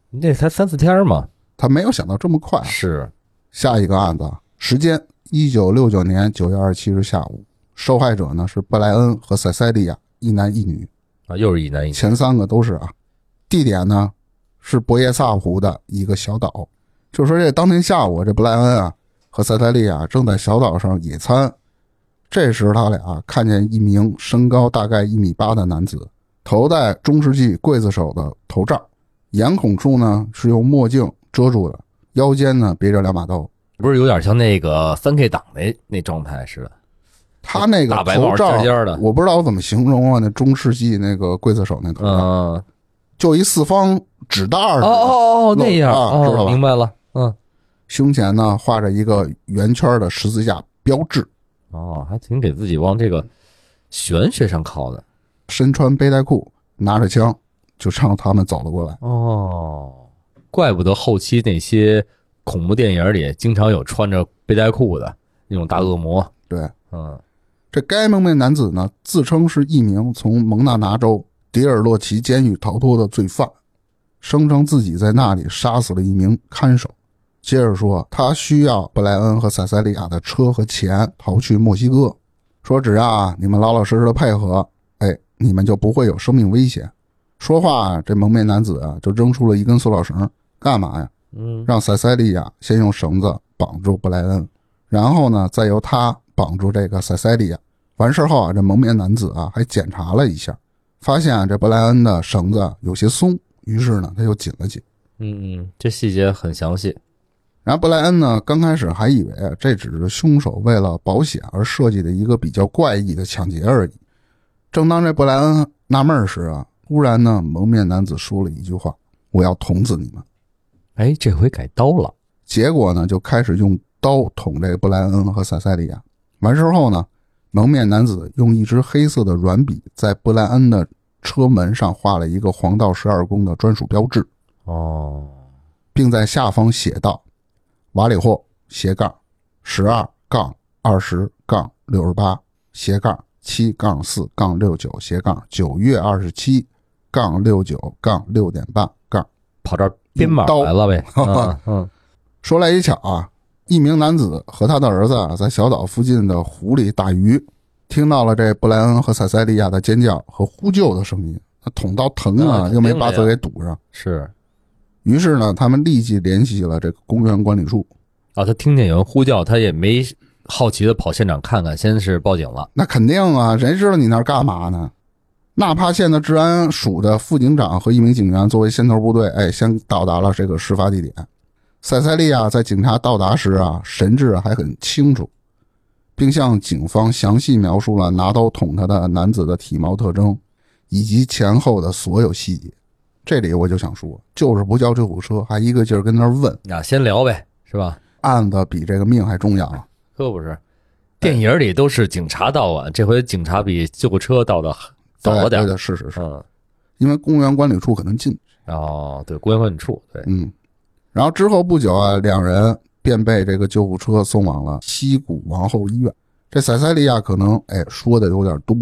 [SPEAKER 1] 你这才三四天嘛，
[SPEAKER 3] 他没有想到这么快啊。
[SPEAKER 1] 是
[SPEAKER 3] 下一个案子啊，时间一九六九年九月二十七日下午，受害者呢是布莱恩和塞塞利亚，一男一女，
[SPEAKER 1] 啊，又是一男一女，
[SPEAKER 3] 前三个都是啊。地点呢是博耶萨湖的一个小岛。就说这当天下午，这布莱恩啊和塞塞利亚正在小岛上野餐，这时他俩看见一名身高大概一米八的男子，头戴中世纪刽子手的头罩，眼孔处呢是用墨镜遮住的，腰间呢别着两把刀。
[SPEAKER 1] 不是有点像那个三 K 党那那状态似的？
[SPEAKER 3] 他那个
[SPEAKER 1] 大白帽
[SPEAKER 3] 头罩
[SPEAKER 1] 尖尖的
[SPEAKER 3] 我不知道我怎么形容啊，那中世纪那个刽子手那头罩，
[SPEAKER 1] 嗯，
[SPEAKER 3] 就一四方纸袋儿似
[SPEAKER 1] 哦
[SPEAKER 3] 的，
[SPEAKER 1] 哦哦，
[SPEAKER 3] 露
[SPEAKER 1] 那样
[SPEAKER 3] 啊知道
[SPEAKER 1] 哦，
[SPEAKER 3] 吧
[SPEAKER 1] 明白了，嗯，
[SPEAKER 3] 胸前呢画着一个圆圈的十字架标志，
[SPEAKER 1] 哦，还挺给自己往这个玄学上靠的，
[SPEAKER 3] 身穿背带裤，拿着枪，就朝他们走了过来。
[SPEAKER 1] 哦，怪不得后期那些恐怖电影里经常有穿着背带裤的那种大恶魔，
[SPEAKER 3] 对，
[SPEAKER 1] 嗯，
[SPEAKER 3] 这该蒙面男子呢，自称是一名从蒙大拿州迪尔洛奇监狱逃脱的罪犯，声称自己在那里杀死了一名看守。接着说，他需要布莱恩和塞塞利亚的车和钱逃去墨西哥，说只要啊你们老老实实的配合，哎，你们就不会有生命危险。说话啊，这蒙面男子啊就扔出了一根塑料绳，干嘛呀？
[SPEAKER 1] 嗯，
[SPEAKER 3] 让塞塞利亚先用绳子绑住布莱恩，然后呢，再由他绑住这个塞塞利亚。完事后啊，这蒙面男子啊还检查了一下，发现、啊、这布莱恩的绳子有些松，于是呢他又紧了紧。
[SPEAKER 1] 嗯嗯，这细节很详细，
[SPEAKER 3] 然后布莱恩呢刚开始还以为啊这只是凶手为了保险而设计的一个比较怪异的抢劫而已。正当这布莱恩纳闷儿时啊，忽然呢蒙面男子说了一句话：“我要捅死你们。”
[SPEAKER 1] 哎，这回改刀了，
[SPEAKER 3] 结果呢，就开始用刀捅这个布莱恩和塞塞利亚。完事后呢，蒙面男子用一支黑色的软笔在布莱恩的车门上画了一个黄道十二宫的专属标志，
[SPEAKER 1] 哦，
[SPEAKER 3] 并在下方写道：“瓦里霍斜杠十二杠二十杠六十八斜杠七杠四杠六九斜杠九月二十七杠六九杠六点半杠。”
[SPEAKER 1] 跑这儿编码来了 呗，嗯嗯，
[SPEAKER 3] 说来也巧啊，一名男子和他的儿子啊，在小岛附近的湖里打鱼，听到了这布莱恩和塞塞利亚的尖叫和呼救的声音，他捅刀疼啊
[SPEAKER 1] 啊，
[SPEAKER 3] 又没把嘴给堵上。
[SPEAKER 1] 是。
[SPEAKER 3] 于是呢，他们立即联系了这个公园管理处。
[SPEAKER 1] 啊，他听见有人呼叫，他也没好奇的跑现场看看，先是报警了。
[SPEAKER 3] 那肯定啊，谁知道你那儿干嘛呢？纳帕县的治安署的副警长和一名警员作为先头部队，哎，先到达了这个事发地点。塞塞利亚在警察到达时啊，神志还很清楚，并向警方详细描述了拿刀捅他的男子的体貌特征，以及前后的所有细节。这里我就想说，就是不叫救护车，还一个劲儿跟那儿问，
[SPEAKER 1] 那、先聊呗，是吧？
[SPEAKER 3] 案子比这个命还重要啊！
[SPEAKER 1] 可不是，哎电影里都是警察到晚，这回警察比救护车到的早了点
[SPEAKER 3] 对
[SPEAKER 1] 儿。
[SPEAKER 3] 对，是是是，
[SPEAKER 1] 嗯，
[SPEAKER 3] 因为公园管理处可能近。
[SPEAKER 1] 哦，对，公安管理处，对，
[SPEAKER 3] 嗯，然后之后不久啊，两人便被这个救护车送往了西谷王后医院。这塞塞利亚可能哎说的有点多，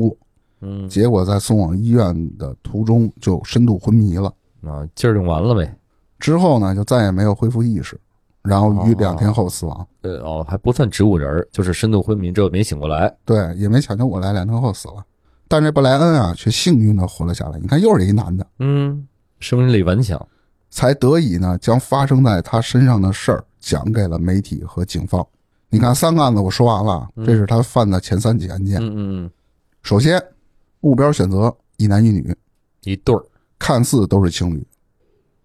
[SPEAKER 1] 嗯，
[SPEAKER 3] 结果在送往医院的途中就深度昏迷了，
[SPEAKER 1] 啊，劲儿用完了呗。
[SPEAKER 3] 之后呢就再也没有恢复意识，然后于
[SPEAKER 1] 哦
[SPEAKER 3] 两天后死亡。
[SPEAKER 1] 对，哦，还不算植物人儿，就是深度昏迷之后没醒过来。
[SPEAKER 3] 对，也没抢救过来，两天后死了。但这布莱恩啊却幸运的活了下来。你看，又是一男的，
[SPEAKER 1] 嗯，生理顽强。
[SPEAKER 3] 才得以呢将发生在他身上的事儿讲给了媒体和警方。你看，三个案子我说完了，这是他犯的前三起案件。
[SPEAKER 1] 嗯嗯，
[SPEAKER 3] 首先，目标选择一男一女，
[SPEAKER 1] 一对儿。
[SPEAKER 3] 看似都是情侣。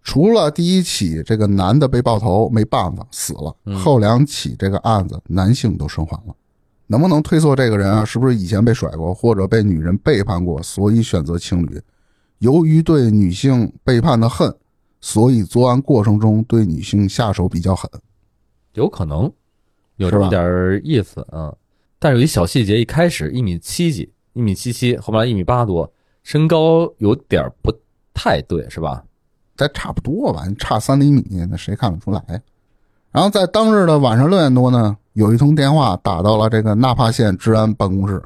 [SPEAKER 3] 除了第一起这个男的被爆头没办法死了，后两起这个案子男性都生还了。能不能推测这个人啊，是不是以前被甩过或者被女人背叛过，所以选择情侣？由于对女性背叛的恨，所以作案过程中对女性下手比较狠。
[SPEAKER 1] 有可能有
[SPEAKER 3] 是
[SPEAKER 1] 这么
[SPEAKER 3] 吧
[SPEAKER 1] 点儿意思啊。但是有一小细节，一开始一米七几，一米七七，后面一米八多，身高有点儿不派对是吧？
[SPEAKER 3] 咱差不多吧，差三厘米，那谁看得出来？然后在当日的晚上六点多呢，有一通电话打到了这个纳帕县治安办公室。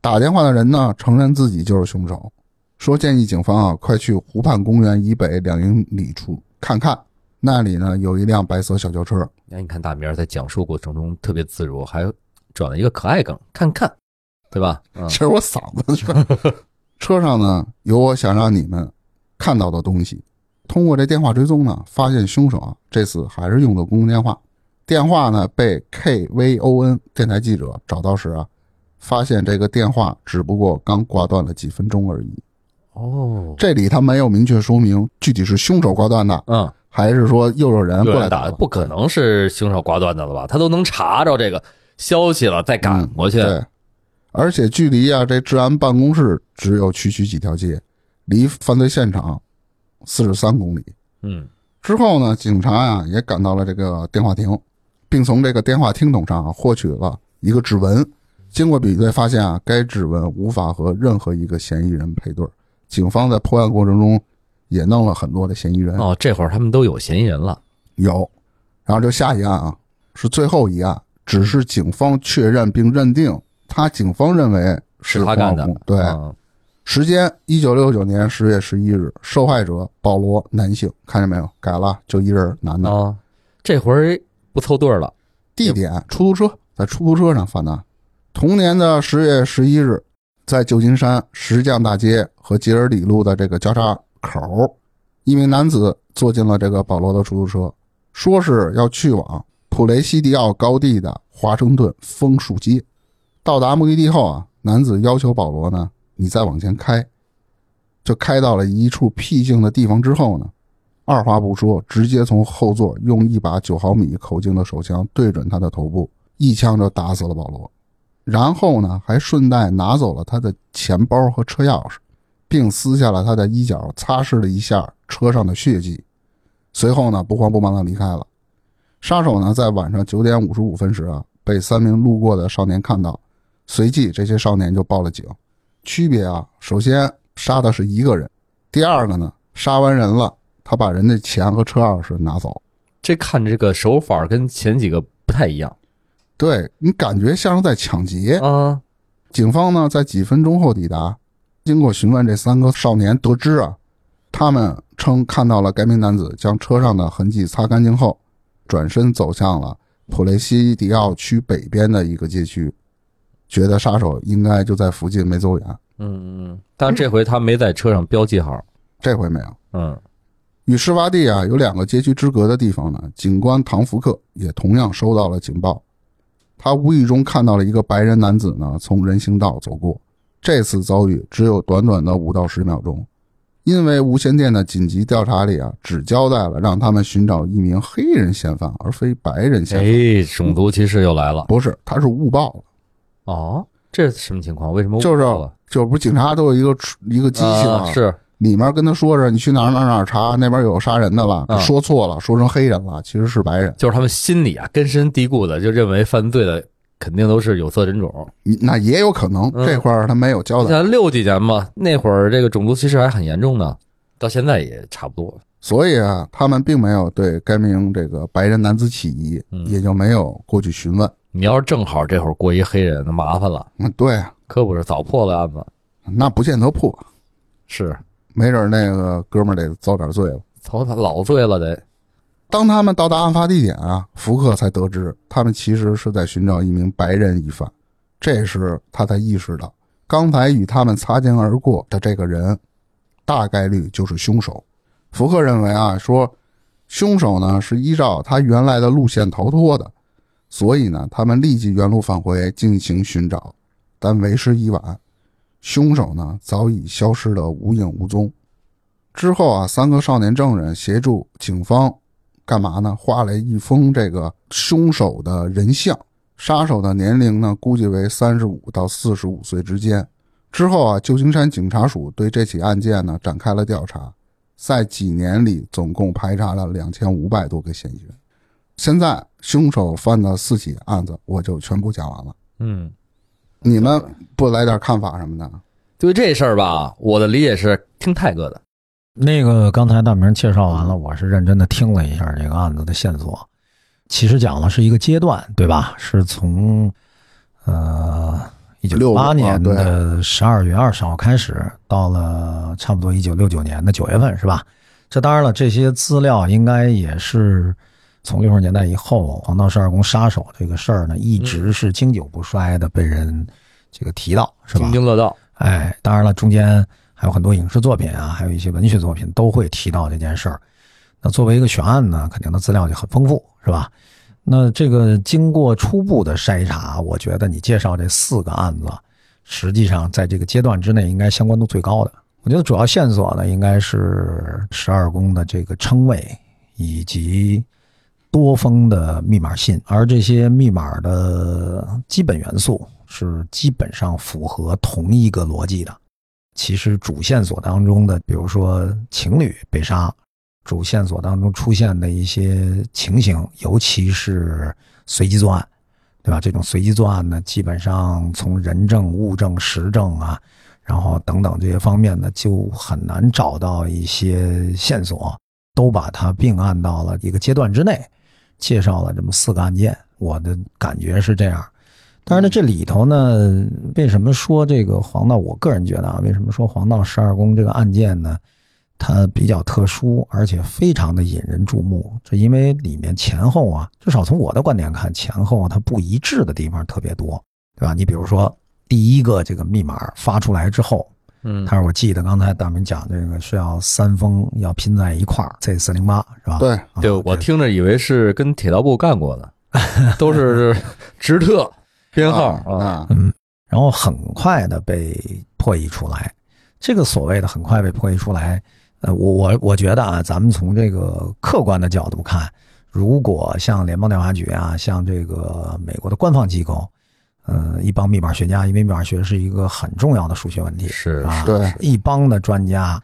[SPEAKER 3] 打电话的人呢，承认自己就是凶手，说建议警方啊，快去湖畔公园以北两英里处看看，那里呢有一辆白色小轿车。
[SPEAKER 1] 那你看大明儿在讲述过程中特别自如，还转了一个可爱梗，看看，对吧？嗯
[SPEAKER 3] 其，实我嗓子是。 车上呢有我想让你们看到的东西。通过这电话追踪呢，发现凶手啊这次还是用的公用电话。电话呢被 KVON 电台记者找到时啊，发现这个电话只不过刚挂断了几分钟而已。
[SPEAKER 1] 哦，
[SPEAKER 3] 这里他没有明确说明具体是凶手挂断的，
[SPEAKER 1] 嗯，
[SPEAKER 3] 还是说又有人
[SPEAKER 1] 有
[SPEAKER 3] 过来
[SPEAKER 1] 人打
[SPEAKER 3] 的
[SPEAKER 1] 的，不可能是凶手挂断的了吧？他都能查着这个消息了，再赶过去，
[SPEAKER 3] 嗯对，而且距离啊这治安办公室只有区区几条街，离犯罪现场四十三公里。
[SPEAKER 1] 嗯，
[SPEAKER 3] 之后呢，警察啊也赶到了这个电话亭，并从这个电话听筒上啊获取了一个指纹。经过比对，发现啊该指纹无法和任何一个嫌疑人配对儿。警方在破案过程中也弄了很多的嫌疑人，
[SPEAKER 1] 哦，这会儿他们都有嫌疑人了，
[SPEAKER 3] 有，然后就下一案啊，是最后一案，只是警方确认并认定他，警方认为
[SPEAKER 1] 是他干的
[SPEAKER 3] 黄晓红，对，
[SPEAKER 1] 嗯
[SPEAKER 3] 时间一九六九年十月十一日，受害者保罗，男性，看见没有？改了，就一人，男的。
[SPEAKER 1] 啊，这回不凑对儿了，
[SPEAKER 3] 地点：出租车，在出租车上犯的案。同年的十月十一日，在旧金山石匠大街和杰尔里路的这个交叉口，一名男子坐进了这个保罗的出租车，说是要去往普雷西迪奥高地的华盛顿枫树街。到达目的地后啊，男子要求保罗呢，你再往前开，就开到了一处僻静的地方之后呢，二话不说，直接从后座用一把九毫米口径的手枪对准他的头部，一枪就打死了保罗。然后呢，还顺带拿走了他的钱包和车钥匙，并撕下了他的衣角，擦拭了一下车上的血迹。随后呢，不慌不忙的离开了。杀手呢，在晚上九点五十五分时啊，被三名路过的少年看到，随即这些少年就报了警。区别啊，首先杀的是一个人，第二个呢，杀完人了。他把人的钱和车钥匙拿走。
[SPEAKER 1] 这看这个手法跟前几个不太一样
[SPEAKER 3] 对你感觉像是在抢劫。
[SPEAKER 1] 啊，
[SPEAKER 3] 警方呢，在几分钟后抵达。经过询问，这三个少年得知啊，他们称看到了该名男子将车上的痕迹擦干净后，转身走向了普雷西迪奥区北边的一个街区，觉得杀手应该就在附近没走远。
[SPEAKER 1] 嗯嗯，但这回他没在车上标记号，
[SPEAKER 3] 这回没有。
[SPEAKER 1] 嗯，
[SPEAKER 3] 与施瓦蒂啊有两个街区之隔的地方呢，警官唐福克也同样收到了警报，他无意中看到了一个白人男子呢从人行道走过。这次遭遇只有短短的五到十秒钟，因为无线电的紧急调查里啊，只交代了让他们寻找一名黑人嫌犯，而非白人嫌犯。
[SPEAKER 1] 哎，种族歧视又来了，
[SPEAKER 3] 不是，他是误报了，
[SPEAKER 1] 哦，这是什么情况？为什么
[SPEAKER 3] 就是
[SPEAKER 1] 误报了
[SPEAKER 3] 就不是警察都有一个一个机器嘛、
[SPEAKER 1] 啊是
[SPEAKER 3] 里面跟他说着你去哪儿哪儿哪儿查，那边有杀人的了，
[SPEAKER 1] 嗯
[SPEAKER 3] 说错了，说成黑人了，其实是白人。
[SPEAKER 1] 就是他们心里啊根深蒂固的就认为犯罪的肯定都是有色人种。
[SPEAKER 3] 你那也有可能
[SPEAKER 1] 嗯
[SPEAKER 3] 这块儿他没有交
[SPEAKER 1] 你
[SPEAKER 3] 代，
[SPEAKER 1] 想六几年嘛，那会儿这个种族歧视还很严重呢，到现在也差不多。
[SPEAKER 3] 所以啊，他们并没有对该名这个白人男子起疑，
[SPEAKER 1] 嗯
[SPEAKER 3] 也就没有过去询问。
[SPEAKER 1] 你要是正好这会儿过一黑人，那麻烦了，
[SPEAKER 3] 嗯，对啊，
[SPEAKER 1] 可不是早破了案子。
[SPEAKER 3] 那不见得破，
[SPEAKER 1] 是，
[SPEAKER 3] 没准儿那个哥们儿得遭点罪了。
[SPEAKER 1] 操他老醉了得。
[SPEAKER 3] 当他们到达案发地点啊，福克才得知他们其实是在寻找一名白人疑犯。这时他才意识到，刚才与他们擦肩而过的这个人，大概率就是凶手。福克认为啊，说凶手呢是依照他原来的路线逃脱的，所以呢，他们立即原路返回进行寻找，但为时已晚，凶手呢早已消失得无影无踪。之后啊，三个少年证人协助警方干嘛呢？画了一封这个凶手的人像，杀手的年龄呢，估计为三十五到四十五岁之间。之后啊，旧金山警察署对这起案件呢展开了调查，在几年里总共排查了两千五百多个嫌疑人。现在凶手犯的四起案子，我就全部讲完了。
[SPEAKER 1] 嗯，
[SPEAKER 3] 你们不来点看法什么的？
[SPEAKER 1] 对这事儿吧，我的理解是听泰哥的。
[SPEAKER 2] 那个刚才大明介绍完了，我是认真的听了一下这个案子的线索，其实讲的是一个阶段，对吧？是从呃一九六八
[SPEAKER 3] 65
[SPEAKER 2] 年
[SPEAKER 3] 对
[SPEAKER 2] 的十二月二十号开始，到了差不多一九六九年的九月份，是吧？这当然了，这些资料应该也是从六十年代以后，黄道十二宫杀手这个事儿呢，一直是经久不衰的被人这个提到，是吧？
[SPEAKER 1] 津津乐道。
[SPEAKER 2] 哎，当然了，中间还有很多影视作品啊，还有一些文学作品都会提到这件事儿。那作为一个悬案呢，肯定的资料就很丰富，是吧？那这个经过初步的筛查，我觉得你介绍这四个案子，实际上在这个阶段之内应该相关度最高的。我觉得主要线索呢，应该是十二宫的这个称谓以及多封的密码信，而这些密码的基本元素是基本上符合同一个逻辑的。其实主线索当中的，比如说情侣被杀，主线索当中出现的一些情形，尤其是随机作案，对吧？这种随机作案呢，基本上从人证、物证、实证啊，然后等等这些方面呢，就很难找到一些线索，都把它并案到了一个阶段之内，介绍了这么四个案件，我的感觉是这样。当然呢，这里头呢，为什么说这个黄道？我个人觉得啊，为什么说黄道十二宫这个案件呢？它比较特殊，而且非常的引人注目。这因为里面前后啊，至少从我的观点看，前后啊它不一致的地方特别多，对吧？你比如说，第一个这个密码发出来之后，
[SPEAKER 1] 嗯，
[SPEAKER 2] 但是我记得刚才大明讲这个是要三封要拼在一块儿，Z 四零八是吧？
[SPEAKER 3] 对，
[SPEAKER 2] 啊
[SPEAKER 1] 对我听着以为是跟铁道部干过的，都是 直特编号
[SPEAKER 3] 啊
[SPEAKER 1] 啊。
[SPEAKER 3] 啊
[SPEAKER 2] 然后很快的被破译出来。这个所谓的很快被破译出来，呃，我我我觉得啊，咱们从这个客观的角度看，如果像联邦调查局啊，像这个美国的官方机构，呃，一帮密码学家，因为密码学是一个很重要的数学问题，
[SPEAKER 1] 是
[SPEAKER 2] 啊，
[SPEAKER 3] 对
[SPEAKER 2] 一帮的专家。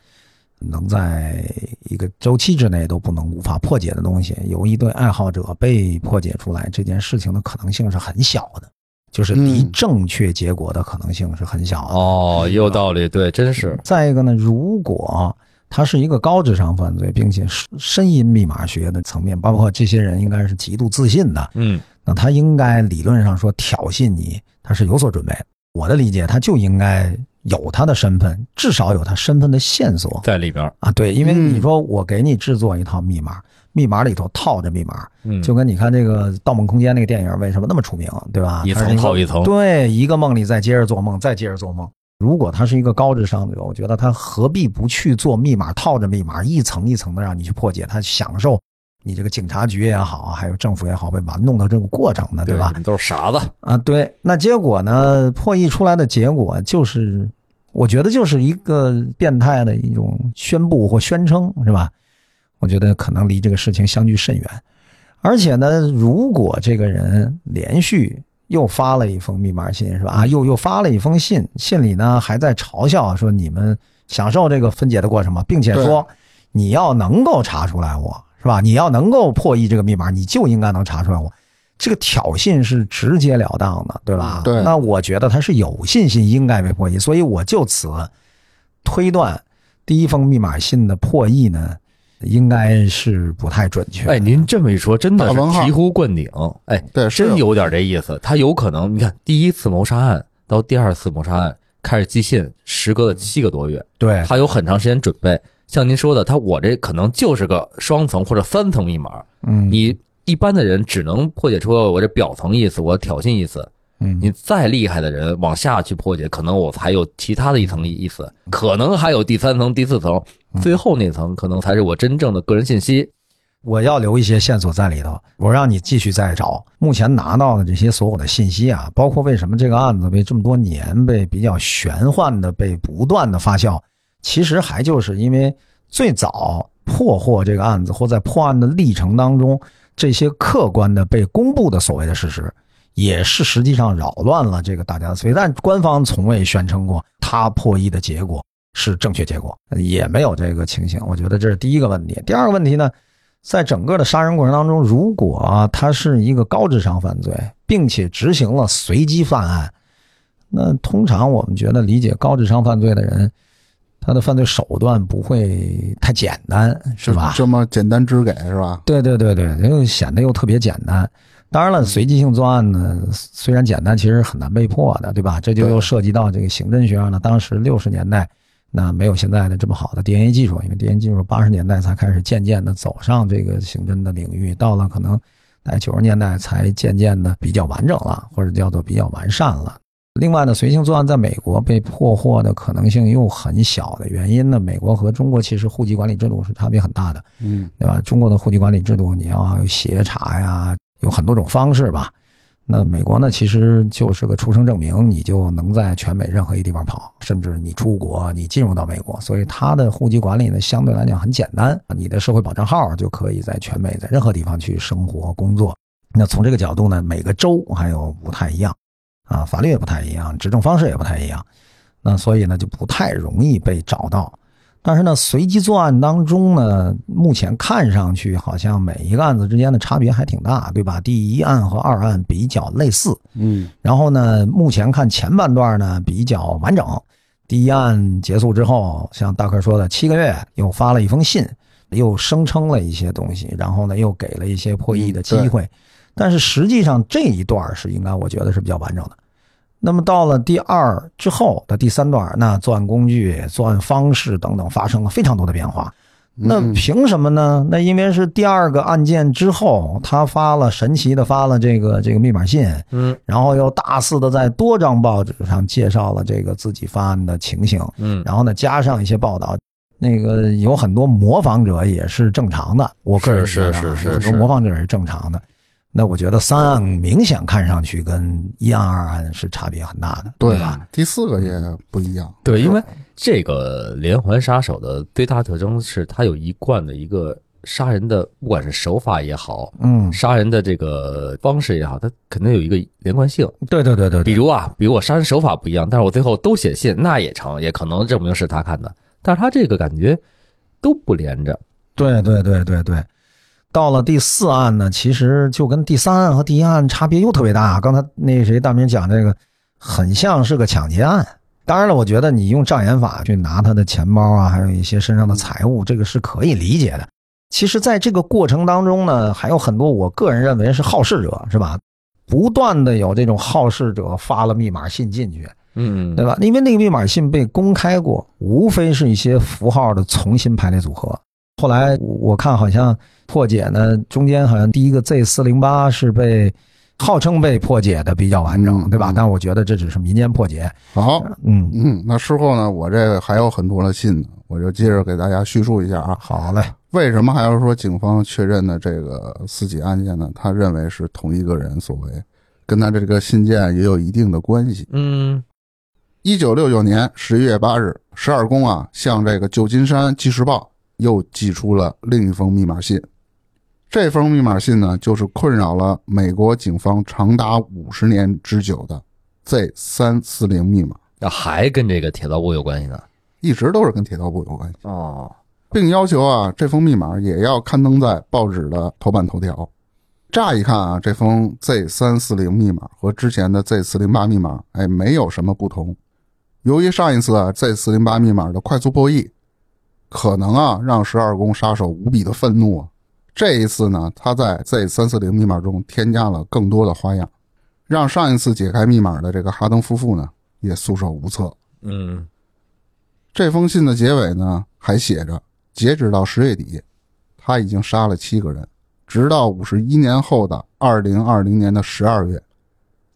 [SPEAKER 2] 能在一个周期之内都不能无法破解的东西，由一对爱好者被破解出来，这件事情的可能性是很小的，就是离
[SPEAKER 3] 嗯
[SPEAKER 2] 正确结果的可能性是很小的。
[SPEAKER 1] 哦，也有道理，对，真是
[SPEAKER 2] 再一个呢，如果它是一个高智商犯罪，并且深深因密码学的层面，包括这些人应该是极度自信的，
[SPEAKER 1] 嗯，
[SPEAKER 2] 那他应该理论上说挑衅你，他是有所准备的。我的理解，他就应该有他的身份，至少有他身份的线索
[SPEAKER 1] 在里边，
[SPEAKER 2] 啊。对，因为
[SPEAKER 3] 嗯
[SPEAKER 2] 你说我给你制作一套密码，密码里头套着密码，
[SPEAKER 1] 嗯，
[SPEAKER 2] 就跟你看这个《盗梦空间》那个电影为什么那么出名，对吧？
[SPEAKER 1] 一
[SPEAKER 2] 它是
[SPEAKER 1] 层套一层，
[SPEAKER 2] 对，一个梦里再接着做梦，再接着做梦。如果他是一个高智商者，我觉得他何必不去做密码，套着密码一层一层的让你去破解，他享受你这个警察局也好，还有政府也好被玩弄的这个过程呢，吧
[SPEAKER 1] 你？们都是傻子，
[SPEAKER 2] 啊，对。那结果呢？破译出来的结果就是，我觉得就是一个变态的一种宣布或宣称，是吧？我觉得可能离这个事情相距甚远。而且呢，如果这个人连续又发了一封密码信，是吧？啊，又又发了一封信，信里呢还在嘲笑说你们享受这个分解的过程嘛，并且说你要能够查出来我，是吧？你要能够破译这个密码，你就应该能查出来我。这个挑衅是直截了当的，对
[SPEAKER 1] 嗯
[SPEAKER 2] 吧？
[SPEAKER 3] 对
[SPEAKER 2] 那我觉得他是有信心应该被破译，所以我就此推断，第一封密码信的破译呢，应该是不太准确。
[SPEAKER 1] 哎，您这么一说，真的
[SPEAKER 3] 大文
[SPEAKER 1] 是
[SPEAKER 3] 号
[SPEAKER 1] 醍醐灌顶，哎，
[SPEAKER 3] 对，是
[SPEAKER 1] 真有点这意思。他有可能，你看第一次谋杀案到第二次谋杀案开始寄信，时隔了七个多月，
[SPEAKER 2] 对，
[SPEAKER 1] 他有很长时间准备。像您说的，他我这可能就是个双层或者三层密码，
[SPEAKER 2] 嗯，
[SPEAKER 1] 你一般的人只能破解出我这表层意思，我挑衅意思。
[SPEAKER 2] 嗯
[SPEAKER 1] 你再厉害的人往下去破解，可能我还有其他的一层意思，可能还有第三层、第四层，最后那层可能才是我真正的个人信息。
[SPEAKER 2] 我要留一些线索在里头，我让你继续再找。目前拿到的这些所有的信息啊，包括为什么这个案子被这么多年被比较玄幻的被不断的发酵，其实还就是因为最早破获这个案子或在破案的历程当中，这些客观的被公布的所谓的事实，也是实际上扰乱了这个大家的思维。但官方从未宣称过他破译的结果是正确结果，也没有这个情形。我觉得这是第一个问题。第二个问题呢，在整个的杀人过程当中，如果、啊、他是一个高智商犯罪，并且执行了随机犯案，那通常我们觉得理解高智商犯罪的人，他的犯罪手段不会太简单，是吧？
[SPEAKER 3] 这么简单支给是吧？
[SPEAKER 2] 对对对对，又显得又特别简单。当然了，随机性作案呢，虽然简单，其实很难被破的，对吧？这就又涉及到这个刑侦学上了。当时六十年代，那没有现在的这么好的 DNA 技术，因为 DNA 技术八十年代才开始渐渐的走上这个刑侦的领域，到了可能在九十年代才渐渐的比较完整了，或者叫做比较完善了。另外呢，随性作案在美国被破获的可能性又很小的原因呢，美国和中国其实户籍管理制度是差别很大的。
[SPEAKER 3] 嗯，
[SPEAKER 2] 对吧？中国的户籍管理制度，你要有协查呀，有很多种方式吧。那美国呢，其实就是个出生证明，你就能在全美任何一地方跑，甚至你出国，你进入到美国，所以它的户籍管理呢，相对来讲很简单，你的社会保障号就可以在全美在任何地方去生活工作。那从这个角度呢，每个州还有不太一样，啊，法律也不太一样，执政方式也不太一样，那所以呢，就不太容易被找到。但是呢，随机作案当中呢，目前看上去好像每一个案子之间的差别还挺大，对吧？第一案和二案比较类似，
[SPEAKER 3] 嗯，
[SPEAKER 2] 然后呢，目前看前半段呢比较完整。第一案结束之后，像大克说的，七个月又发了一封信，又声称了一些东西，然后呢又给了一些破译的机会。但是实际上这一段是应该我觉得是比较完整的。那么到了第二之后的第三段，那作案工具、作案方式等等发生了非常多的变化。那凭什么呢？那因为是第二个案件之后，他发了神奇的发了这个这个密码信，
[SPEAKER 1] 嗯，
[SPEAKER 2] 然后又大肆的在多张报纸上介绍了这个自己发案的情形，
[SPEAKER 1] 嗯，
[SPEAKER 2] 然后呢加上一些报道，那个有很多模仿者也是正常的，我个人
[SPEAKER 1] 是
[SPEAKER 2] 觉得啊
[SPEAKER 1] 是是
[SPEAKER 2] 很多
[SPEAKER 1] 是
[SPEAKER 2] 模仿者也是正常的。那我觉得三案明显看上去跟一案二案是差别很大的，
[SPEAKER 3] 对啊
[SPEAKER 2] 吧？？
[SPEAKER 3] 第四个也不一样，
[SPEAKER 1] 对，因为 这个连环杀手的最大特征是他有一贯的一个杀人的，不管是手法也好，
[SPEAKER 2] 嗯，
[SPEAKER 1] 杀人的这个方式也好，它肯定有一个连贯性。
[SPEAKER 2] 对对对对
[SPEAKER 1] 比
[SPEAKER 2] 对，
[SPEAKER 1] 如啊，比如我杀人手法不一样，但是我最后都写信，那也成，也可能证明是他看的。但是他这个感觉都不连着，
[SPEAKER 2] 对对对对对。到了第四案呢，其实就跟第三案和第一案差别又特别大。刚才那谁大明讲这个，很像是个抢劫案。当然了，我觉得你用障眼法去拿他的钱包啊，还有一些身上的财物，这个是可以理解的。其实，在这个过程当中呢，还有很多我个人认为是好事者，是吧？不断的有这种好事者发了密码信进去，
[SPEAKER 1] 嗯
[SPEAKER 2] 对吧？因为那个密码信被公开过，无非是一些符号的重新排列组合。后来我看好像破解呢，中间好像第一个 Z 四零八是被号称被破解的比较完整，
[SPEAKER 3] 嗯
[SPEAKER 2] 对吧
[SPEAKER 3] 嗯？
[SPEAKER 2] 但我觉得这只是民间破解。
[SPEAKER 3] 好，
[SPEAKER 2] 嗯，
[SPEAKER 3] 嗯，那事后呢，我这个还有很多的信呢，我就接着给大家叙述一下啊。
[SPEAKER 2] 好嘞，
[SPEAKER 3] 为什么还要说警方确认的这个私己案件呢？他认为是同一个人所为，跟他这个信件也有一定的关系。
[SPEAKER 1] 嗯
[SPEAKER 3] 一九六九年十一月八日，十二宫啊向这个旧金山《纪事报》又寄出了另一封密码信。这封密码信呢，就是困扰了美国警方长达五十年之久的 Z 三四零密码，
[SPEAKER 1] 那还跟这个铁道部有关系呢。
[SPEAKER 3] 一直都是跟铁道部有关系。
[SPEAKER 1] 哦，
[SPEAKER 3] 并要求啊，这封密码也要刊登在报纸的头版头条。乍一看啊，这封 Z 三四零密码和之前的 Z 四零八密码，哎，没有什么不同。由于上一次啊 Z 四零八密码的快速破译，可能啊让十二宫杀手无比的愤怒啊。这一次呢，他在 Z 三四零密码中添加了更多的花样，让上一次解开密码的这个哈登夫妇呢也束手无策。
[SPEAKER 1] 嗯
[SPEAKER 3] 这封信的结尾呢，还写着：截止到十月底，他已经杀了七个人，直到五十一年后的二零二零年的十二月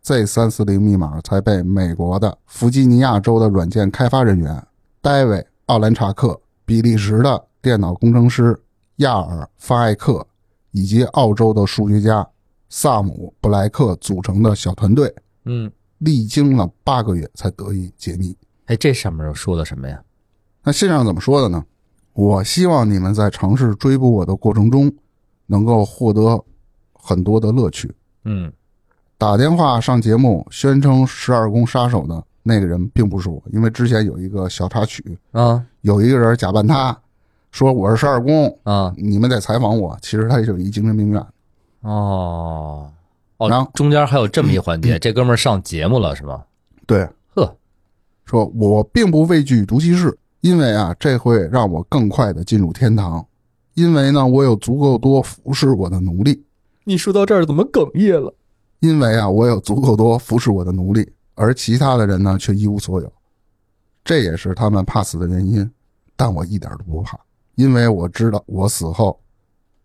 [SPEAKER 3] ，Z 三四零密码才被美国的弗吉尼亚州的软件开发人员戴维·奥兰查克、比利时的电脑工程师亚尔·发艾克以及澳洲的数学家萨姆·布莱克组成的小团队，
[SPEAKER 1] 嗯，
[SPEAKER 3] 历经了八个月才得以解密。
[SPEAKER 1] 哎，这上面又说的什么呀？
[SPEAKER 3] 那信上怎么说的呢？我希望你们在尝试追捕我的过程中，能够获得很多的乐趣。
[SPEAKER 1] 嗯
[SPEAKER 3] 打电话上节目宣称十二宫杀手的那个人并不是我，因为之前有一个小插曲，
[SPEAKER 1] 啊
[SPEAKER 3] 有一个人假扮他，说我是十二宫，
[SPEAKER 1] 啊
[SPEAKER 3] 你们得采访我。其实他就是一精神病院。
[SPEAKER 1] 哦
[SPEAKER 3] 然
[SPEAKER 1] 哦
[SPEAKER 3] 后，
[SPEAKER 1] 中间还有这么一环节，这哥们儿上节目了是吗？
[SPEAKER 3] 对，
[SPEAKER 1] 呵，
[SPEAKER 3] 说我并不畏惧毒气室，因为啊，这会让我更快的进入天堂，因为呢，我有足够多服侍我的奴隶，
[SPEAKER 1] 你说到这儿怎么哽咽了？
[SPEAKER 3] 因为啊，我有足够多服侍我的奴隶，而其他的人呢却一无所有，这也是他们怕死的原因。但我一点都不怕，因为我知道我死后，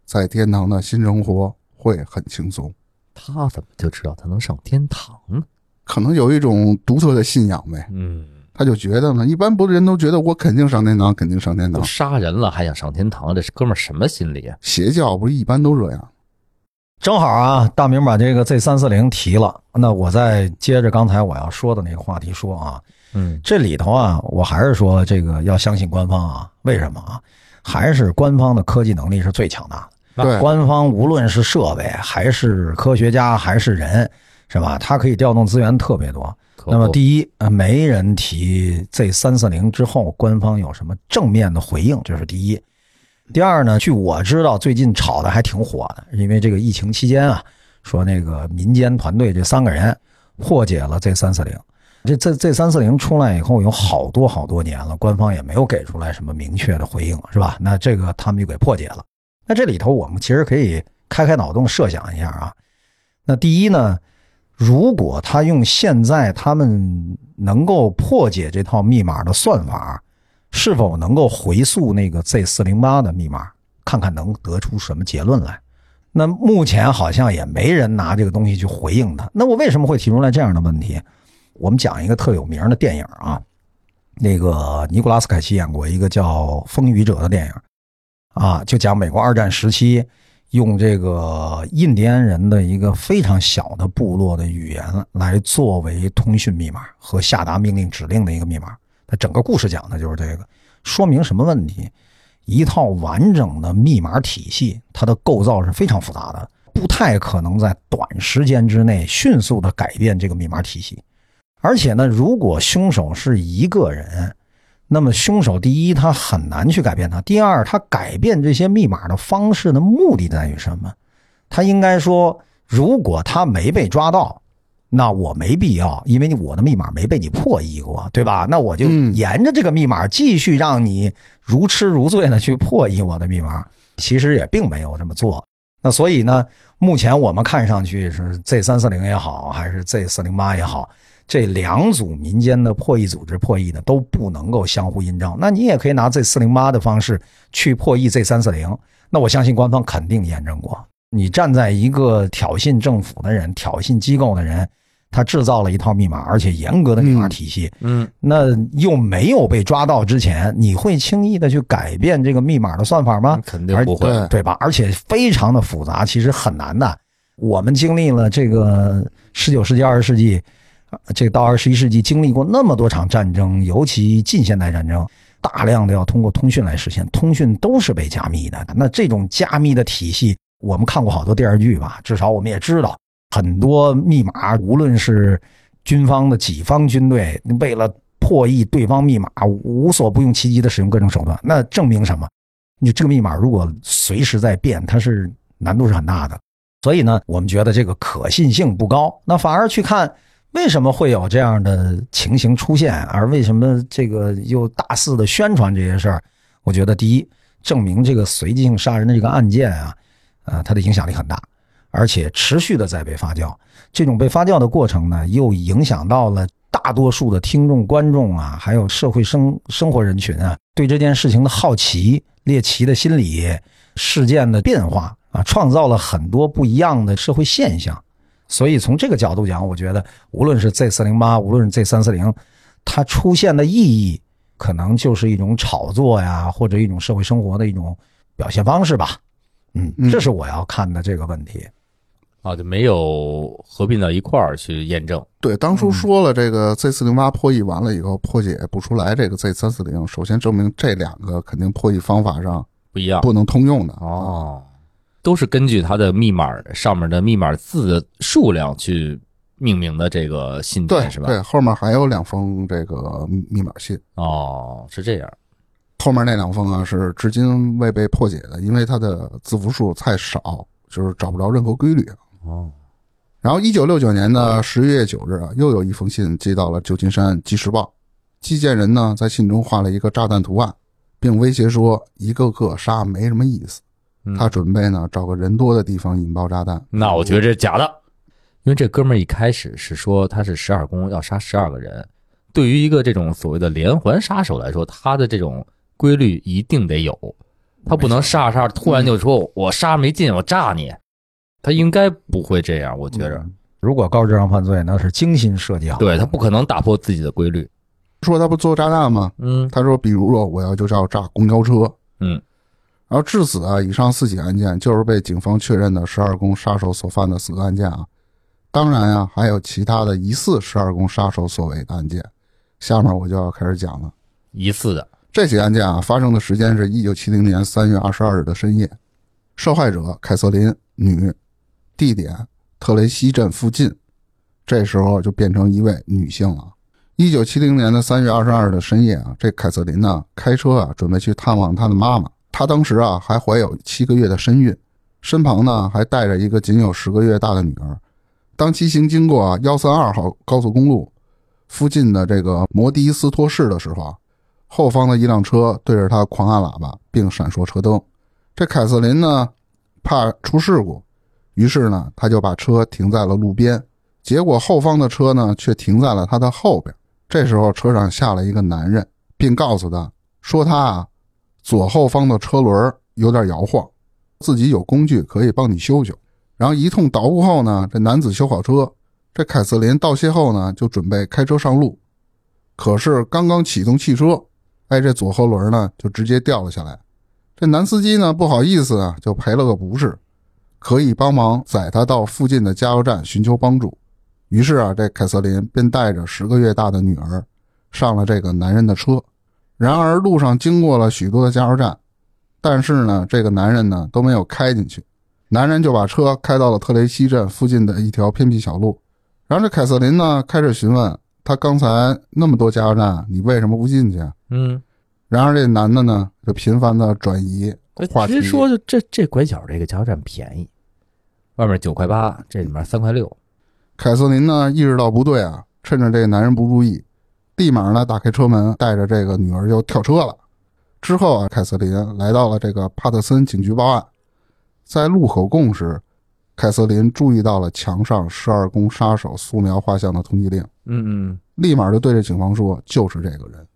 [SPEAKER 3] 在天堂的新生活会很轻松。
[SPEAKER 1] 他怎么就知道他能上天堂呢？
[SPEAKER 3] 可能有一种独特的信仰呗，
[SPEAKER 1] 嗯，
[SPEAKER 3] 他就觉得呢，一般不是人都觉得我肯定上天堂，肯定上天
[SPEAKER 1] 都
[SPEAKER 3] 堂。
[SPEAKER 1] 杀人了还想上天堂，这哥们儿什么心理啊？
[SPEAKER 3] 邪教不是一般都这样？
[SPEAKER 2] 正好啊，大明把这个 Z 三四零提了，那我再接着刚才我要说的那个话题说啊，
[SPEAKER 1] 嗯，
[SPEAKER 2] 这里头啊，我还是说这个要相信官方啊，为什么啊？还是官方的科技能力是最强大的。
[SPEAKER 3] 对，
[SPEAKER 2] 官方无论是设备，还是科学家，还是人，是吧？它可以调动资源特别多。
[SPEAKER 1] 可
[SPEAKER 2] 那么
[SPEAKER 1] 不
[SPEAKER 2] 第一，呃没人提 Z 三四零之后，官方有什么正面的回应，这是第一。第二呢，据我知道，最近炒的还挺火的，因为这个疫情期间啊，说那个民间团队这三个人破解了 Z 三四零。这这这三四零出来以后有好多好多年了，官方也没有给出来什么明确的回应，是吧？那这个他们就给破解了。那这里头我们其实可以开开脑洞，设想一下啊。那第一呢，如果他用现在他们能够破解这套密码的算法，是否能够回溯那个 Z 四零八的密码，看看能得出什么结论来？那目前好像也没人拿这个东西去回应他。那我为什么会提出来这样的问题？我们讲一个特有名的电影啊，那个尼古拉斯凯奇演过一个叫《风雨者》的电影，啊，就讲美国二战时期用这个印第安人的一个非常小的部落的语言来作为通讯密码和下达命令指令的一个密码。它整个故事讲的就是这个，说明什么问题？一套完整的密码体系，它的构造是非常复杂的，不太可能在短时间之内迅速的改变这个密码体系。而且呢，如果凶手是一个人，那么凶手第一他很难去改变他，第二他改变这些密码的方式的目的在于什么？他应该说，如果他没被抓到，那我没必要，因为我的密码没被你破译过，对吧？那我就
[SPEAKER 3] 嗯
[SPEAKER 2] 沿着这个密码继续让你如痴如醉的去破译我的密码，其实也并没有这么做。那所以呢，目前我们看上去是 Z 三四零也好，还是 Z 四零八也好，这两组民间的破译组织破译呢都不能够相互印证。那你也可以拿 Z 四零八的方式去破译 Z 三四零，那我相信官方肯定验证过。你站在一个挑衅政府的人、挑衅机构的人，他制造了一套密码，而且严格的密码体系，
[SPEAKER 1] 嗯，
[SPEAKER 2] 那又没有被抓到之前，你会轻易的去改变这个密码的算法吗？
[SPEAKER 1] 肯定不会
[SPEAKER 3] 而。对
[SPEAKER 2] 对吧？而且非常的复杂，其实很难的。我们经历了这个十九世纪、二十世纪，呃这个到二十一世纪，经历过那么多场战争，尤其近现代战争，大量的要通过通讯来实现，通讯都是被加密的。那这种加密的体系，我们看过好多电视剧吧，至少我们也知道很多密码，无论是军方的己方军队，为了破译对方密码，无所不用其极的使用各种手段。那证明什么？你这个密码如果随时在变，它是难度是很大的。所以呢，我们觉得这个可信性不高。那反而去看为什么会有这样的情形出现，而为什么这个又大肆的宣传这些事儿？我觉得第一，证明这个随机性杀人的这个案件啊，呃，它的影响力很大，而且持续的在被发酵。这种被发酵的过程呢，又影响到了大多数的听众、观众啊，还有社会生生活人群啊，对这件事情的好奇、猎奇的心理、事件的变化啊，创造了很多不一样的社会现象。所以从这个角度讲，我觉得无论是 Z 四零八，无论是 Z 三四零，它出现的意义，可能就是一种炒作呀，或者一种社会生活的一种表现方式吧。嗯
[SPEAKER 3] 嗯，
[SPEAKER 2] 这是我要看的这个问题。
[SPEAKER 1] 啊，就没有合并到一块儿去验证。
[SPEAKER 3] 对，当初说了这个 Z 四零八破译完了以后，破解不出来这个 Z 三四零，首先证明这两个肯定破译方法上
[SPEAKER 1] 不一样。
[SPEAKER 3] 不能通用的。
[SPEAKER 1] 啊哦，都是根据它的密码上面的密码字的数量去命名的这个信
[SPEAKER 3] 对
[SPEAKER 1] 件是吧？
[SPEAKER 3] 对，后面还有两封这个密码信，
[SPEAKER 1] 哦，是这样。
[SPEAKER 3] 后面那两封啊是至今未被破解的，因为它的字符数太少，就是找不着任何规律。啊
[SPEAKER 1] 哦，
[SPEAKER 3] 然后，一九六九年的十月九日啊，又有一封信寄到了旧金山《纪时报》，寄件人呢在信中画了一个炸弹图案，并威胁说一个个杀没什么意思。
[SPEAKER 1] 嗯
[SPEAKER 3] 他准备呢找个人多的地方引爆炸弹。
[SPEAKER 1] 那我觉得这是假的，因为这哥们儿一开始是说他是十二宫要杀十二个人，对于一个这种所谓的连环杀手来说，他的这种规律一定得有，他不能杀着杀着突然就说我杀没劲，我炸你，他应该不会这样，我觉着，
[SPEAKER 2] 如果高智商犯罪，那是精心设计好的。
[SPEAKER 1] 对他不可能打破自己的规律，
[SPEAKER 3] 说他不做炸弹吗？
[SPEAKER 1] 嗯
[SPEAKER 3] 他说，比如说我要就是要炸公交车。
[SPEAKER 1] 嗯，
[SPEAKER 3] 然后至此啊，以上四起案件就是被警方确认的十二宫杀手所犯的死案件啊。当然啊，还有其他的疑似十二宫杀手所为的案件。下面我就要开始讲了。
[SPEAKER 1] 疑似的，
[SPEAKER 3] 这起案件啊，发生的时间是一九七零年三月二十二日的深夜。受害者凯瑟琳，女，地点特雷西镇附近。这时候就变成一位女性了。一九七零年的三月二十二日的深夜啊，这凯瑟琳呢开车啊准备去探望她的妈妈。她当时啊还怀有七个月的身孕，身旁呢还带着一个仅有十个月大的女儿。当骑行经过啊幺三二号高速公路附近的这个摩的斯托市的时候啊，后方的一辆车对着他狂按喇叭，并闪烁车灯。这凯瑟琳呢，怕出事故，于是呢，他就把车停在了路边。结果后方的车呢，却停在了他的后边。这时候车上下来一个男人，并告诉他说他啊，左后方的车轮有点摇晃，自己有工具可以帮你修修。然后一通捣鼓后呢，这男子修好车。这凯瑟琳道谢后呢，就准备开车上路，可是刚刚启动汽车，哎，这左后轮呢就直接掉了下来。这男司机呢不好意思啊，就赔了个不是，可以帮忙载他到附近的加油站寻求帮助。于是啊，这凯瑟琳便带着十个月大的女儿上了这个男人的车。然而路上经过了许多的加油站，但是呢，这个男人呢都没有开进去。男人就把车开到了特雷西镇附近的一条偏僻小路。然后这凯瑟琳呢开始询问他刚才那么多加油站，你为什么不进去啊？
[SPEAKER 1] 嗯，
[SPEAKER 3] 然而这男的呢，就频繁的转移话
[SPEAKER 1] 直
[SPEAKER 3] 题，
[SPEAKER 1] 接说就这这拐角这个加油站便宜，外面九块八，这里面三块六，
[SPEAKER 3] 凯瑟琳呢意识到不对啊，趁着这男人不注意，立马呢打开车门，带着这个女儿就跳车了。之后啊，凯瑟琳来到了这个帕特森警局报案。在录口供时，凯瑟琳注意到了墙上十二宫杀手素描画像的通缉令，
[SPEAKER 1] 嗯嗯，
[SPEAKER 3] 立马就对着警方说就是这个人。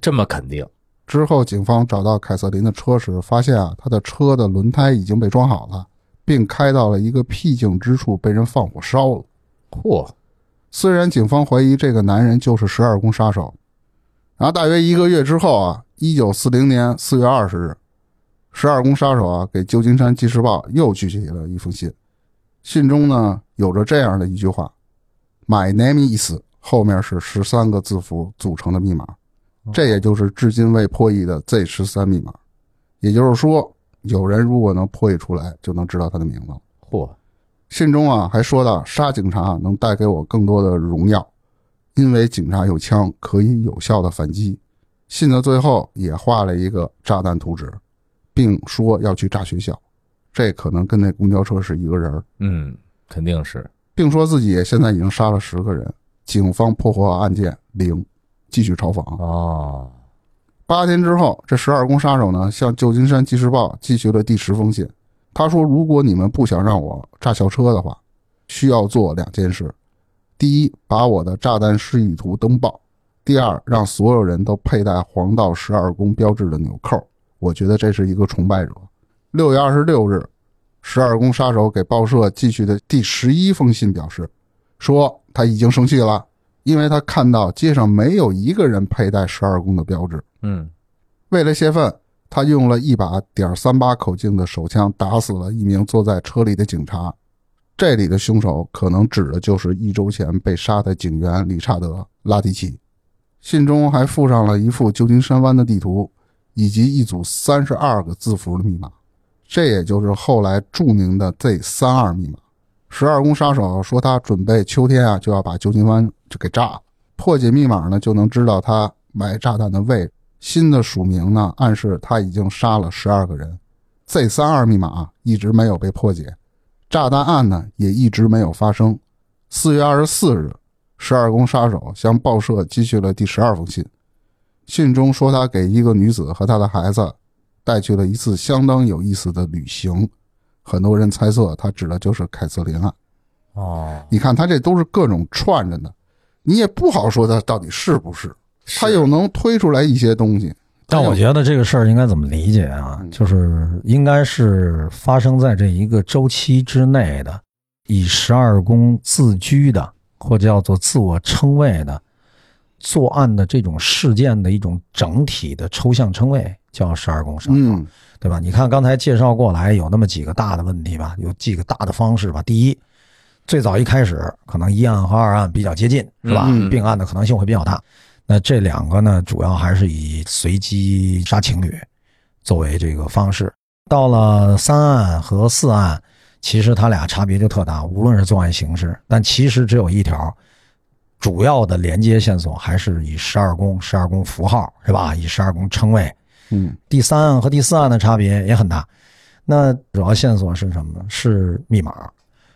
[SPEAKER 1] 这么肯定，
[SPEAKER 3] 之后，警方找到凯瑟琳的车时，发现啊，她的车的轮胎已经被装好了，并开到了一个僻静之处，被人放火烧了。
[SPEAKER 1] 嚯，
[SPEAKER 3] 虽然警方怀疑这个男人就是十二宫杀手，然后大约一个月之后啊，一九四零年四月二十日，十二宫杀手啊给旧金山纪事报又寄去了一封信，信中呢有着这样的一句话：“My name is” 后面是十三个字符组成的密码，这也就是至今未破译的 Z 十三密码。也就是说，有人如果能破译出来，就能知道他的名字了。
[SPEAKER 1] 嚯，
[SPEAKER 3] 信中啊还说到，杀警察能带给我更多的荣耀，因为警察有枪，可以有效的反击。信的最后也画了一个炸弹图纸，并说要去炸学校，这可能跟那公交车是一个人儿，
[SPEAKER 1] 嗯，肯定是，
[SPEAKER 3] 并说自己现在已经杀了十个人。警方破获案件零，继续嘲讽啊。
[SPEAKER 1] 哦，
[SPEAKER 3] 八天之后，这十二宫杀手呢向旧金山纪事报寄去了第十封信。他说：“如果你们不想让我炸校车的话，需要做两件事：第一，把我的炸弹示意图登报；第二，让所有人都佩戴黄道十二宫标志的纽扣。我觉得这是一个崇拜者。”六月二十六日，十二宫杀手给报社寄去的第十一封信表示，说他已经生气了，因为他看到街上没有一个人佩戴十二宫的标志。
[SPEAKER 1] 嗯，
[SPEAKER 3] 为了泄愤，他用了一把点三八口径的手枪打死了一名坐在车里的警察。这里的凶手可能指的就是一周前被杀的警员理查德·拉蒂奇。信中还附上了一幅旧金山湾的地图，以及一组三十二个字符的密码，这也就是后来著名的 Z 三二密码。十二宫杀手说他准备秋天啊就要把旧金湾就给炸了，破解密码呢就能知道他埋炸弹的位置。新的署名呢，暗示他已经杀了十二个人。Z 三二密码啊一直没有被破解，炸弹案呢也一直没有发生。四月二十四日，十二宫杀手向报社寄去了第十二封信，信中说他给一个女子和她的孩子带去了一次相当有意思的旅行，很多人猜测他指的就是凯瑟琳案。啊
[SPEAKER 1] 哦，
[SPEAKER 3] 你看他这都是各种串着的，你也不好说他到底是不是，他又能推出来一些东西。
[SPEAKER 2] 但我觉得这个事儿应该怎么理解啊？就是应该是发生在这一个周期之内的，以十二宫自居的，或叫做自我称谓的，作案的这种事件的一种整体的抽象称谓，叫十二宫杀手，
[SPEAKER 3] 嗯
[SPEAKER 2] 对吧？你看刚才介绍过来有那么几个大的问题吧，有几个大的方式吧。第一，最早一开始可能一案和二案比较接近，是吧？
[SPEAKER 3] 嗯
[SPEAKER 2] 并案的可能性会比较大。那这两个呢，主要还是以随机杀情侣作为这个方式。到了三案和四案，其实它俩差别就特大，无论是作案形式，但其实只有一条主要的连接线索，还是以十二宫、十二宫符号是吧？以十二宫称谓。
[SPEAKER 3] 嗯
[SPEAKER 2] 第三案和第四案的差别也很大。那主要线索是什么呢？是密码。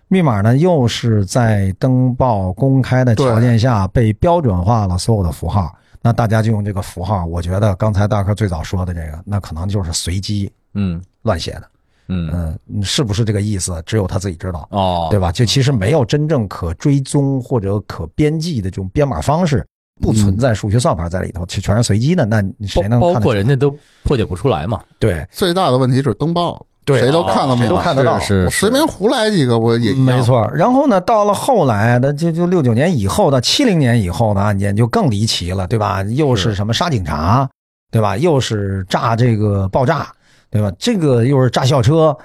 [SPEAKER 2] 密码呢，又是在登报公开的条件下被标准化了所有的符号。那大家就用这个符号。我觉得刚才大哥最早说的这个，那可能就是随机
[SPEAKER 1] 嗯
[SPEAKER 2] 乱写的。
[SPEAKER 1] 嗯，
[SPEAKER 2] 嗯，是不是这个意思？只有他自己知道。
[SPEAKER 1] 哦，
[SPEAKER 2] 对吧？就其实没有真正可追踪或者可编辑的这种编码方式，不存在数学算法在里头，其实全是随机的。那你谁能
[SPEAKER 1] 包包
[SPEAKER 2] 看得
[SPEAKER 1] 括
[SPEAKER 2] 出
[SPEAKER 1] 人家都破解不出来嘛，
[SPEAKER 2] 对
[SPEAKER 3] 最大的问题是登报，
[SPEAKER 2] 对啊
[SPEAKER 3] 谁都看了
[SPEAKER 2] 谁
[SPEAKER 3] 没
[SPEAKER 2] 都
[SPEAKER 3] 有？
[SPEAKER 2] 看得到，
[SPEAKER 1] 是
[SPEAKER 3] 我
[SPEAKER 1] 是
[SPEAKER 3] 随便胡来几个，我也一样
[SPEAKER 2] 没。错。然后呢，到了后来的就就六九年以后到七零年以后的案件就更离奇了，对吧？又是什么杀警察，对吧？又是炸这个爆炸，对吧？这个又是炸校车。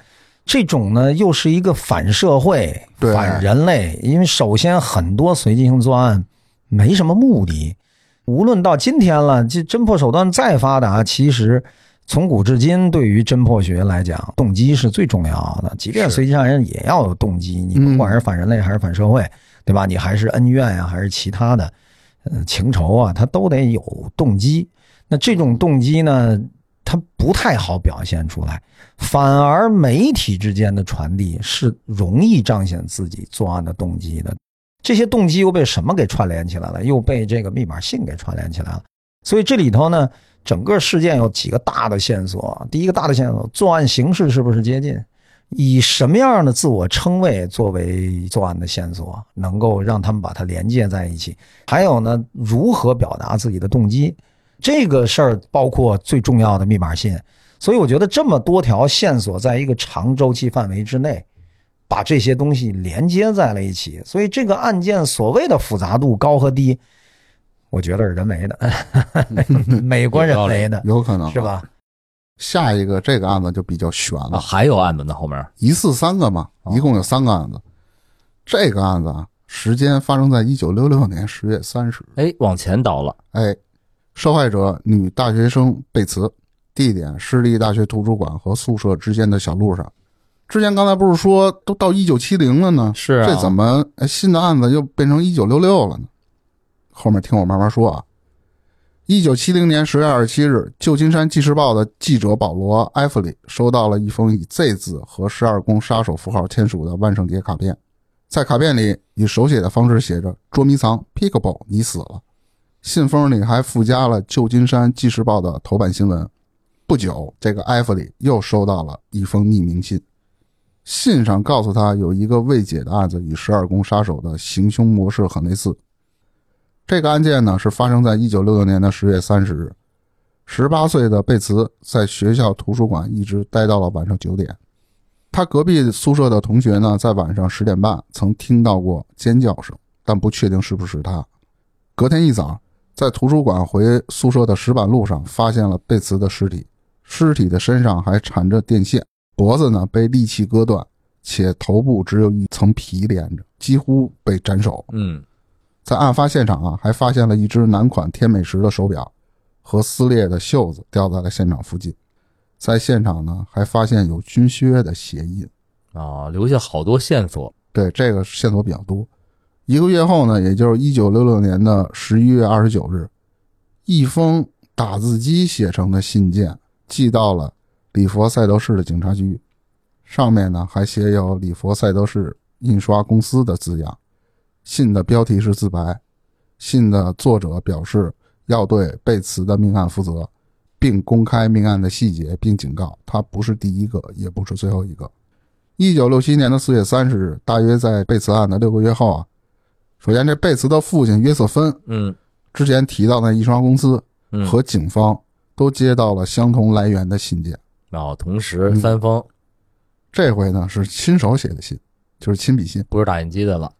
[SPEAKER 2] 这种呢，又是一个反社会、
[SPEAKER 3] 对
[SPEAKER 2] 反人类，因为首先很多随机性作案没什么目的，无论到今天了，这侦破手段再发达，其实从古至今，对于侦破学来讲，动机是最重要的。即便随机杀人也要有动机，你
[SPEAKER 3] 嗯
[SPEAKER 2] 不管是反人类还是反社会，对吧？你还是恩怨啊呀、还是其他的，呃，情仇啊，它都得有动机。那这种动机呢，它不太好表现出来，反而媒体之间的传递是容易彰显自己作案的动机的。这些动机又被什么给串联起来了？又被这个密码信给串联起来了。所以这里头呢，整个事件有几个大的线索。啊第一个大的线索，作案形式是不是接近？以什么样的自我称谓作为作案的线索，能够让他们把它连接在一起？还有呢，如何表达自己的动机？这个事儿包括最重要的密码信。所以我觉得这么多条线索在一个长周期范围之内，把这些东西连接在了一起。所以这个案件所谓的复杂度高和低，我觉得是人为的，美国人为的，
[SPEAKER 3] 有可能
[SPEAKER 2] 是？吧？
[SPEAKER 3] 下一个这个案子就比较悬
[SPEAKER 1] 啊，
[SPEAKER 3] 了，
[SPEAKER 1] 还有案子呢，后面
[SPEAKER 3] 一次三个嘛，
[SPEAKER 2] 啊
[SPEAKER 1] 哦
[SPEAKER 3] 一共有三个案子。这个案子啊，时间发生在一九六六年十月三十。
[SPEAKER 1] 哎往前倒了，
[SPEAKER 3] 哎，受害者女大学生贝茨，地点市立大学图书馆和宿舍之间的小路上。之前刚才不是说都到一九七零了呢？
[SPEAKER 1] 是啊
[SPEAKER 3] 这怎么哎新的案子又变成一九六六了呢？后面听我慢慢说啊。一九七零年十月二十七日，旧金山纪事报的记者保罗·埃弗里收到了一封以 Z 字和十二宫杀手符号签署的万圣节卡片，在卡片里以手写的方式写着“捉迷藏 Pickleball，你死了”。信封里还附加了《旧金山纪事报》的头版新闻。不久，这个埃弗里又收到了一封匿名信，信上告诉他有一个未解的案子与十二宫杀手的行凶模式很类似。这个案件呢是发生在一九六六年的十月三十日，十八岁的贝茨在学校图书馆一直待到了晚上九点。他隔壁宿舍的同学呢，在晚上十点半曾听到过尖叫声，但不确定是不是他。隔天一早，在图书馆回宿舍的石板路上，发现了贝茨的尸体，尸体的身上还缠着电线，脖子呢被利器割断，且头部只有一层皮连着，几乎被斩首。
[SPEAKER 1] 嗯，
[SPEAKER 3] 在案发现场啊，还发现了一只男款天美石的手表和撕裂的袖子掉在了现场附近。在现场呢，还发现有军靴的鞋印。
[SPEAKER 1] 啊，留下好多线索，
[SPEAKER 3] 对，这个线索比较多。一个月后呢，也就是一九六六年的十一月二十九日，一封打字机写成的信件寄到了里佛赛德市的警察局，上面呢还写有里佛赛德市印刷公司的字样。信的标题是自白，信的作者表示要对贝茨的命案负责，并公开命案的细节，并警告他不是第一个，也不是最后一个。一九六七年的四月三十日，大约在贝茨案的六个月后啊，首先这贝茨的父亲约瑟芬
[SPEAKER 1] 嗯
[SPEAKER 3] 之前提到的印刷公司
[SPEAKER 1] 嗯，
[SPEAKER 3] 和警方都接到了相同来源的信件，
[SPEAKER 1] 然后嗯啊同时三方
[SPEAKER 3] 这回呢是亲手写的信，就是亲笔信。
[SPEAKER 1] 不是打印机的了，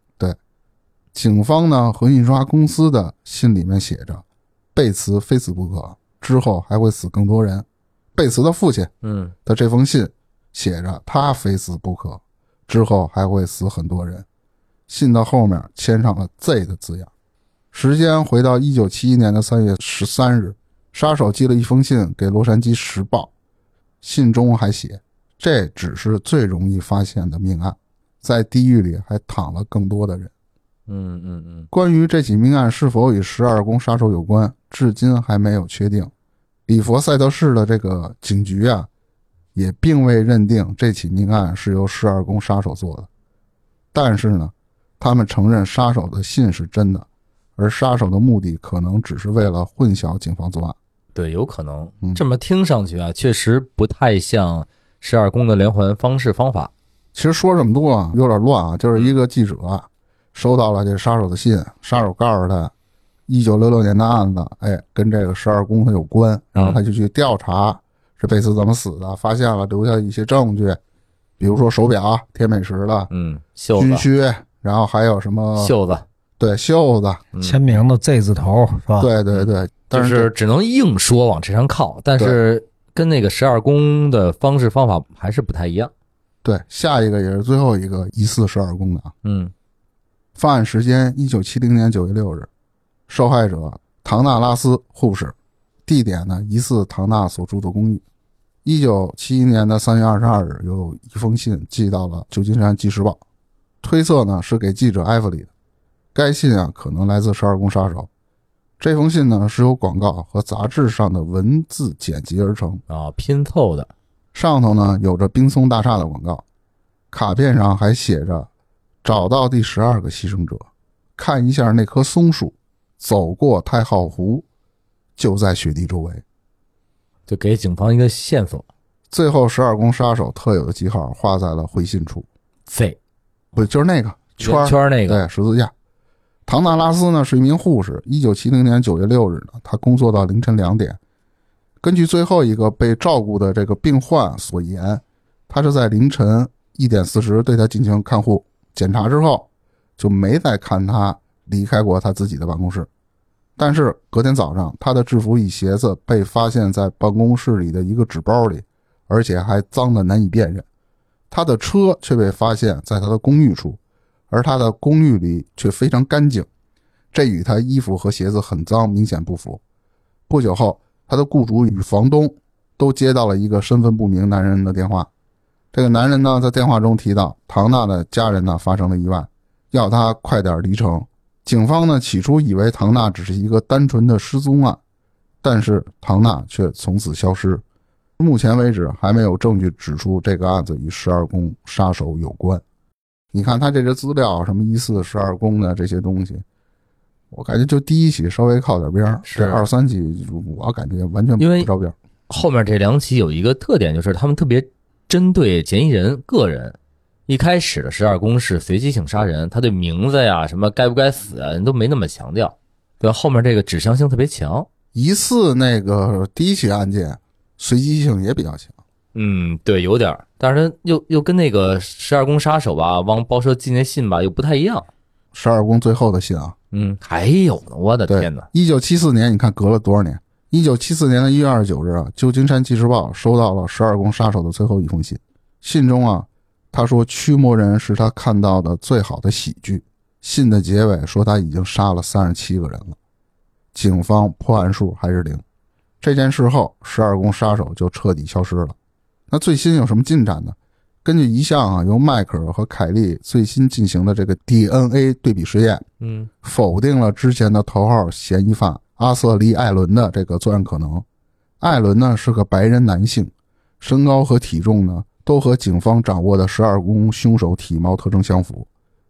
[SPEAKER 3] 警方呢和印刷公司的信里面写着，贝茨非死不可，之后还会死更多人。贝茨的父亲
[SPEAKER 1] 嗯
[SPEAKER 3] 的这封信写着，他非死不可，之后还会死很多人。信的后面签上了 “Z” 的字样。时间回到一九七一年的三月十三日，杀手寄了一封信给《洛杉矶时报》，信中还写：“这只是最容易发现的命案，在地狱里还躺了更多的人。”
[SPEAKER 1] 嗯嗯嗯，
[SPEAKER 3] 关于这起命案是否与十二宫杀手有关，至今还没有确定。里佛赛德市的这个警局啊，也并未认定这起命案是由十二宫杀手做的。但是呢，他们承认杀手的信是真的，而杀手的目的可能只是为了混淆警方作案。
[SPEAKER 1] 对，有可能
[SPEAKER 3] 嗯
[SPEAKER 1] 这么听上去啊，确实不太像十二宫的连环方式方法。
[SPEAKER 3] 其实说这么多啊，有点乱啊。就是一个记者啊收到了这杀手的信，杀手告诉他，一九六六年的案子，哎，跟这个十二宫他有关，然后他就去调查这贝斯怎么死的，发现了留下一些证据，比如说手表、贴美食的、
[SPEAKER 1] 嗯，袖
[SPEAKER 3] 军
[SPEAKER 1] 子
[SPEAKER 3] 靴，然后还有什么
[SPEAKER 1] 袖子，
[SPEAKER 3] 对袖子，
[SPEAKER 1] 嗯
[SPEAKER 4] 签名的 Z 字头是吧？，
[SPEAKER 3] 对对对，但
[SPEAKER 1] 啊就是是只能硬说往这上靠，但是跟那个十二宫的方式方法还是不太一样。
[SPEAKER 3] 对下一个也是最后一个疑似十二宫的啊。
[SPEAKER 1] 嗯
[SPEAKER 3] 犯案时间一九七零年九月六日，受害者唐纳拉斯护士，地点呢疑似唐纳所住的公寓。一九七一年的三月二十二日，有一封信寄到了旧金山《纪事报》，推测呢是给记者埃弗里的。该信啊可能来自十二宫杀手。这封信呢是由广告和杂志上的文字剪辑而成，
[SPEAKER 1] 啊，拼凑的，
[SPEAKER 3] 上头呢有着冰松大厦的广告，卡片上还写着“找到第十二个牺牲者，看一下那棵松树，走过太浩湖，就在雪地周围。
[SPEAKER 1] 就给警方一个线索。”
[SPEAKER 3] 最后，十二宫杀手特有的记号画在了回信处，
[SPEAKER 1] Z
[SPEAKER 3] 不就是那个圈儿
[SPEAKER 1] 圈儿那个，
[SPEAKER 3] 对，十字架。唐纳拉斯呢是一名护士，一九七零年九月六日呢，他工作到凌晨两点。根据最后一个被照顾的这个病患所言，他是在凌晨一点四十对他进行看护检查之后，就没再看他离开过他自己的办公室。但是隔天早上，他的制服与鞋子被发现在办公室里的一个纸包里，而且还脏得难以辨认。他的车却被发现在他的公寓处，而他的公寓里却非常干净，这与他衣服和鞋子很脏明显不符。不久后，他的雇主与房东都接到了一个身份不明男人的电话。这个男人呢，在电话中提到唐娜的家人呢发生了意外，要他快点离城。警方呢起初以为唐娜只是一个单纯的失踪案，但是唐娜却从此消失。目前为止，还没有证据指出这个案子与十二宫杀手有关。你看他这些资料，什么一四十二宫的这些东西，我感觉就第一起稍微靠点边儿，
[SPEAKER 1] 是
[SPEAKER 3] 这二三起我感觉完全
[SPEAKER 1] 因为
[SPEAKER 3] 不着边儿。
[SPEAKER 1] 后面这两起有一个特点，就是他们特别针对嫌疑人个人。一开始的十二宫是随机性杀人，他对名字呀、什么该不该死啊，人都没那么强调。对，后面这个指向性特别强。
[SPEAKER 3] 疑似那个第一起案件随机性也比较强，
[SPEAKER 1] 嗯，对，有点儿，但是又又跟那个十二宫杀手吧，往报社寄那信吧，又不太一样。
[SPEAKER 3] 十二宫最后的信啊，
[SPEAKER 1] 嗯，还有呢，我的
[SPEAKER 3] 对
[SPEAKER 1] 天哪！
[SPEAKER 3] 一九七四年，你看隔了多少年？一九七四年的一月二十九日啊，旧金山《纪事报》收到了十二宫杀手的最后一封信。信中啊，他说驱魔人是他看到的最好的喜剧。信的结尾说他已经杀了三十七个人了，警方破案数还是零。这件事后，十二宫杀手就彻底消失了。那最新有什么进展呢？根据一项啊由迈克尔和凯利最新进行的这个 DNA 对比实验，
[SPEAKER 1] 嗯，
[SPEAKER 3] 否定了之前的头号嫌疑犯阿瑟利·艾伦的这个作案可能。艾伦呢是个白人男性，身高和体重呢都和警方掌握的十二宫凶手体貌特征相符，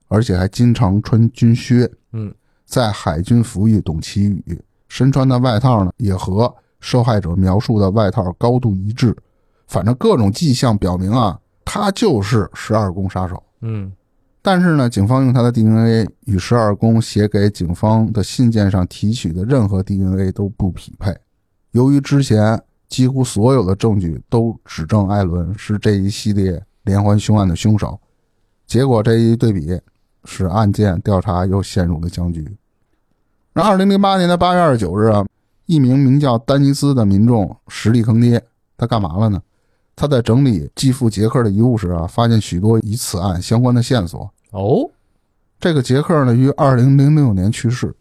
[SPEAKER 3] 而且还经常穿军靴。
[SPEAKER 1] 嗯，
[SPEAKER 3] 在海军服役董其宇身穿的外套呢也和受害者描述的外套高度一致。反正各种迹象表明啊，他就是十二宫杀手。
[SPEAKER 1] 嗯
[SPEAKER 3] 但是呢，警方用他的 DNA 与十二宫写给警方的信件上提取的任何 DNA 都不匹配。由于之前几乎所有的证据都指证艾伦是这一系列连环凶案的凶手，结果这一对比使案件调查又陷入了僵局。那二零零八年的八月二十九日啊，一名名叫丹尼斯的民众实力坑爹，他干嘛了呢？他在整理继父杰克的遗物时啊，发现许多与此案相关的线索。
[SPEAKER 1] 哦，
[SPEAKER 3] 这个杰克呢，于二零零六年去世。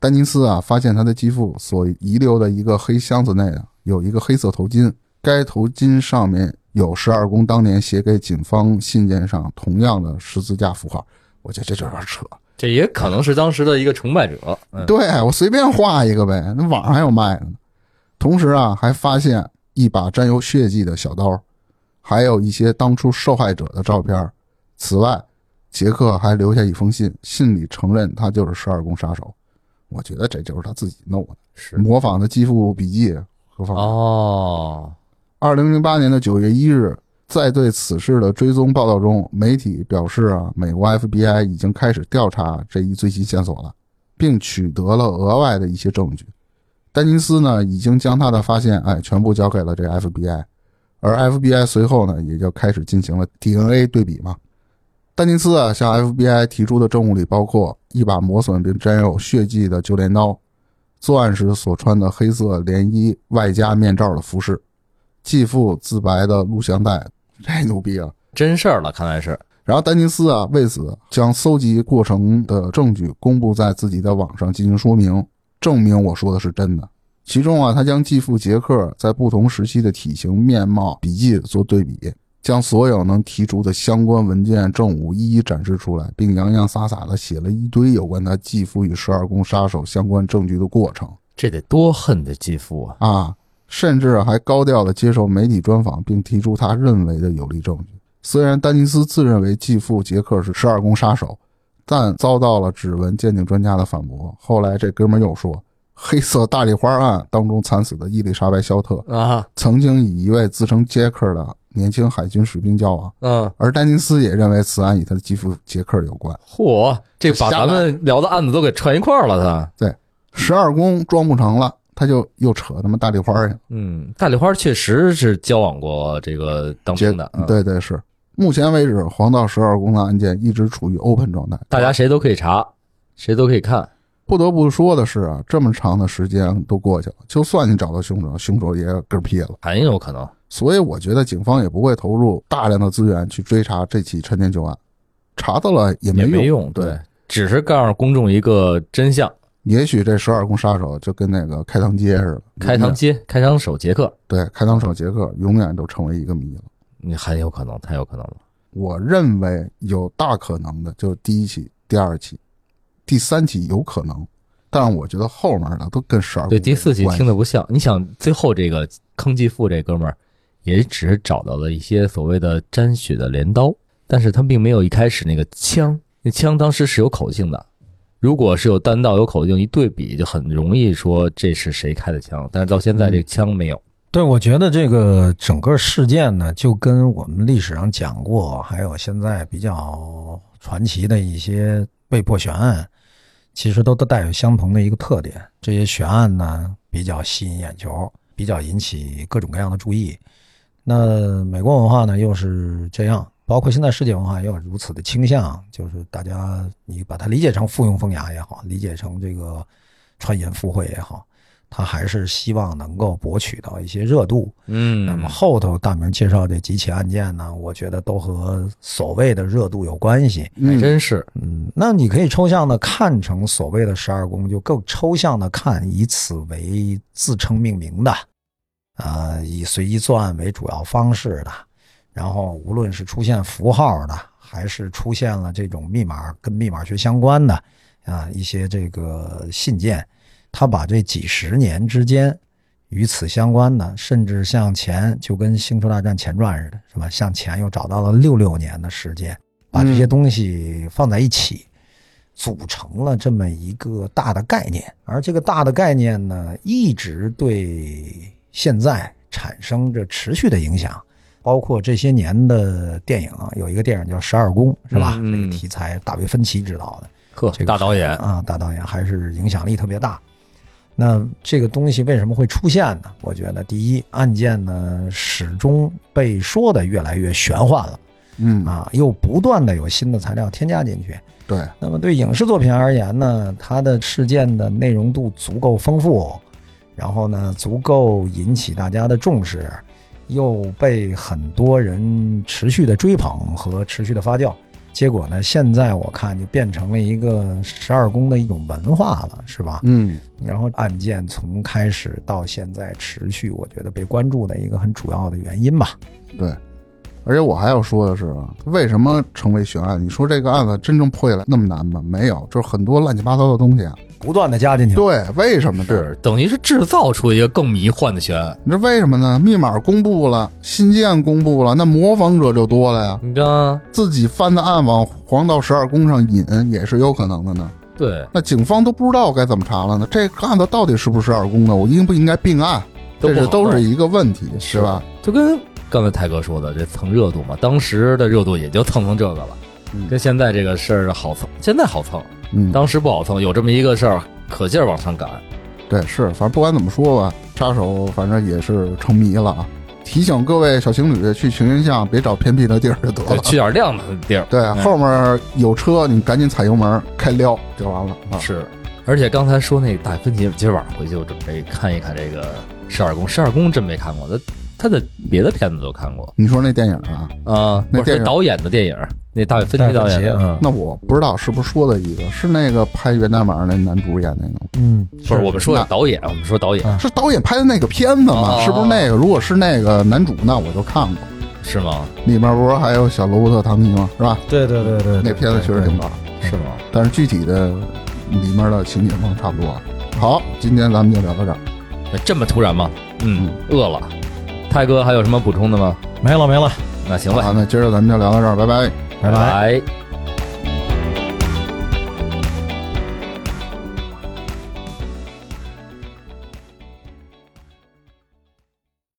[SPEAKER 3] 丹尼斯啊，发现他的继父所遗留的一个黑箱子内啊，有一个黑色头巾，该头巾上面有十二宫当年写给警方信件上同样的十字架符号。我觉得这就有点扯。
[SPEAKER 1] 这也可能是当时的一个崇拜者。嗯，
[SPEAKER 3] 对我随便画一个呗，那网上还有卖的呢。同时啊，还发现一把沾有血迹的小刀，还有一些当初受害者的照片。此外，杰克还留下一封信，信里承认他就是十二宫杀手。我觉得这就是他自己弄的，
[SPEAKER 2] 嗯
[SPEAKER 1] 是
[SPEAKER 3] 模仿的继父笔记和方法。
[SPEAKER 1] 哦，
[SPEAKER 3] 二零零八年的九月一日，在对此事的追踪报道中，媒体表示啊，美国 FBI 已经开始调查这一最新线索了，并取得了额外的一些证据。丹尼斯呢，已经将他的发现哎全部交给了这 FBI，而 FBI 随后呢也就开始进行了 DNA 对比嘛。丹尼斯啊向 FBI 提出的证物里包括一把磨损并沾有血迹的旧镰刀，作案时所穿的黑色连衣外加面罩的服饰。继父自白的录像带，太牛逼了。
[SPEAKER 1] 真事儿了，看来是。
[SPEAKER 3] 然后丹尼斯啊，为此将搜集过程的证据公布在自己的网上进行说明，证明我说的是真的。其中啊，他将继父杰克在不同时期的体型、面貌、笔记做对比，将所有能提出的相关文件证物一一展示出来，并洋洋洒洒地写了一堆有关他继父与十二宫杀手相关证据的过程。
[SPEAKER 1] 这得多恨的继父啊！
[SPEAKER 3] 啊，甚至还高调的接受媒体专访，并提出他认为的有力证据。虽然丹尼斯自认为继父杰克是十二宫杀手，但遭到了指纹鉴定专家的反驳。后来这哥们儿又说，黑色大丽花案当中惨死的伊丽莎白·肖特
[SPEAKER 1] 啊，
[SPEAKER 3] 曾经与一位自称杰克的年轻海军士兵交往，
[SPEAKER 1] 嗯，
[SPEAKER 3] 而丹尼斯也认为此案与他的继父杰克有关。
[SPEAKER 1] 嚯，这把咱们聊的案子都给串一块儿了，他。
[SPEAKER 3] 十二宫装不成了，他就又扯他妈大丽花去了。
[SPEAKER 1] 嗯，大丽花确实是交往过这个当
[SPEAKER 3] 结
[SPEAKER 1] 兵的，嗯，
[SPEAKER 3] 对对是。目前为止，黄道十二宫的案件一直处于 open 状态。
[SPEAKER 1] 大家谁都可以查，谁都可以看。
[SPEAKER 3] 不得不说的是啊，这么长的时间都过去了，就算你找到凶手，凶手也嗝屁了。
[SPEAKER 1] 很有可能，
[SPEAKER 3] 所以我觉得警方也不会投入大量的资源去追查这起陈年旧案，查到了也没
[SPEAKER 1] 也
[SPEAKER 3] 用。
[SPEAKER 1] 没用，
[SPEAKER 3] 对，
[SPEAKER 1] 对，只是告诉公众一个真相。
[SPEAKER 3] 也许这十二宫杀手就跟那个开膛街似的，
[SPEAKER 1] 开
[SPEAKER 3] 永
[SPEAKER 1] 膛
[SPEAKER 3] 远
[SPEAKER 1] 街，开膛手杰克，
[SPEAKER 3] 对开膛手杰克永远都成为一个谜了。
[SPEAKER 1] 你很有可能，太有可能了。
[SPEAKER 3] 我认为有大可能的就是第一期、第二期、第三期有可能，但我觉得后面的都跟十二
[SPEAKER 1] 对，第四集
[SPEAKER 3] 集
[SPEAKER 1] 听的不像。你想，最后这个坑继父这哥们儿，也只是找到了一些所谓的沾血的镰刀，但是他并没有一开始那个枪，那枪当时是有口径的。如果是有弹道有口径，一对比就很容易说这是谁开的枪，但是到现在这个枪没有。
[SPEAKER 2] 对，我觉得这个整个事件呢，就跟我们历史上讲过，还有现在比较传奇的一些被破悬案，其实都都带有相同的一个特点。这些悬案呢，比较吸引眼球，比较引起各种各样的注意。那美国文化呢，又是这样，包括现在世界文化也有如此的倾向，就是大家你把它理解成附庸风雅也好，理解成这个穿炎附会也好。他还是希望能够博取到一些热度。
[SPEAKER 1] 嗯
[SPEAKER 2] 那么后头大明介绍这几起案件呢，我觉得都和所谓的热度有关系。
[SPEAKER 1] 还
[SPEAKER 3] 嗯，
[SPEAKER 1] 真是，
[SPEAKER 2] 嗯，那你可以抽象的看成所谓的十二宫，就更抽象的看以此为自称命名的，啊、以随机作案为主要方式的，然后无论是出现符号的，还是出现了这种密码跟密码学相关的啊一些这个信件，他把这几十年之间与此相关的，啊甚至向前就跟《星球大战前传》似的，是吧？向前又找到了六六年的时间，把这些东西放在一起，组成了这么一个大的概念，而这个大的概念呢，一直对现在产生着持续的影响。包括这些年的电影啊，有一个电影叫《十二宫》，是吧？
[SPEAKER 1] 嗯
[SPEAKER 2] 这个题材大卫芬奇执导的，
[SPEAKER 1] 呵，
[SPEAKER 2] 这个
[SPEAKER 1] 大导演，
[SPEAKER 2] 啊，大导演还是影响力特别大。那这个东西为什么会出现呢？我觉得，第一，案件呢始终被说的越来越玄幻了
[SPEAKER 3] 嗯，
[SPEAKER 2] 啊，又不断的有新的材料添加进去。
[SPEAKER 3] 对，
[SPEAKER 2] 那么对影视作品而言呢，它的事件的内容度足够丰富，然后呢足够引起大家的重视，又被很多人持续的追捧和持续的发酵。结果呢，现在我看就变成了一个十二宫的一种文化了，是吧？
[SPEAKER 3] 嗯，
[SPEAKER 2] 然后案件从开始到现在持续，我觉得被关注的一个很主要的原因吧。
[SPEAKER 3] 对。而且我还要说的是，为什么成为悬案？你说这个案子真正破下来那么难吗？没有，就是很多乱七八糟的东西啊。
[SPEAKER 2] 不断的加进去，
[SPEAKER 3] 对，为什么呢？
[SPEAKER 1] 是等于是制造出一个更迷幻的悬案。
[SPEAKER 3] 你知道为什么呢？密码公布了，信件公布了，那模仿者就多了呀。
[SPEAKER 1] 你知道吗？
[SPEAKER 3] 自己翻的案往黄道十二宫上引也是有可能的呢。
[SPEAKER 1] 对，
[SPEAKER 3] 那警方都不知道该怎么查了呢？这个案子到底是不是十二宫呢？我应不应该并案？这
[SPEAKER 1] 都不
[SPEAKER 3] 是
[SPEAKER 1] 好
[SPEAKER 3] 都
[SPEAKER 1] 弄
[SPEAKER 3] 是一个问题，是吧？
[SPEAKER 1] 就跟刚才泰哥说的，这蹭热度嘛，当时的热度也就蹭蹭这个了，
[SPEAKER 3] 嗯
[SPEAKER 1] 跟现在这个事儿好蹭，现在好蹭，
[SPEAKER 3] 嗯，
[SPEAKER 1] 当时不好蹭，有这么一个事儿，可劲儿往上赶。
[SPEAKER 3] 对，是，反正不管怎么说吧，杀手反正也是成迷了啊。提醒各位小情侣去情人巷别找偏僻的地儿就得了，。
[SPEAKER 1] 对哦去点儿亮的地儿。
[SPEAKER 3] 对，后面有车你赶紧踩油门开撩就完了啊。
[SPEAKER 1] 是，而且刚才说那大芬奇，今儿晚上回去我准备看一看这个《十二宫》，《十二宫》真没看过，他他的别的片子都看过
[SPEAKER 3] 你说那电影啊，
[SPEAKER 1] 啊，
[SPEAKER 3] 那
[SPEAKER 1] 不是
[SPEAKER 3] 电影
[SPEAKER 1] 那导演的电影，那大卫芬奇导演的，
[SPEAKER 2] 嗯
[SPEAKER 3] 那我不知道是不是说的一个，是那个拍《源代码》那男主演那个吗，
[SPEAKER 2] 嗯，
[SPEAKER 1] 不是我们说的
[SPEAKER 3] 那
[SPEAKER 1] 导演，我们说导演
[SPEAKER 2] 啊
[SPEAKER 3] 是导演拍的那个片子吗？
[SPEAKER 1] 哦
[SPEAKER 3] 是不是那个？如果是那个男主，那我就看过。
[SPEAKER 1] 是吗？
[SPEAKER 3] 里面不是还有小罗伯特·唐尼吗？是吧？
[SPEAKER 2] 对对对对，
[SPEAKER 3] 那片子确实挺棒，
[SPEAKER 1] 是吗？
[SPEAKER 3] 但是具体的里面的情节可能差不多。好，今天咱们就聊到这儿。
[SPEAKER 1] 这么突然吗？嗯，饿了。泰哥还有什么补充的吗？
[SPEAKER 2] 没了没了，
[SPEAKER 1] 那行吧，
[SPEAKER 3] 好，那今儿咱们就聊到这儿，拜拜。
[SPEAKER 2] 拜拜
[SPEAKER 1] 拜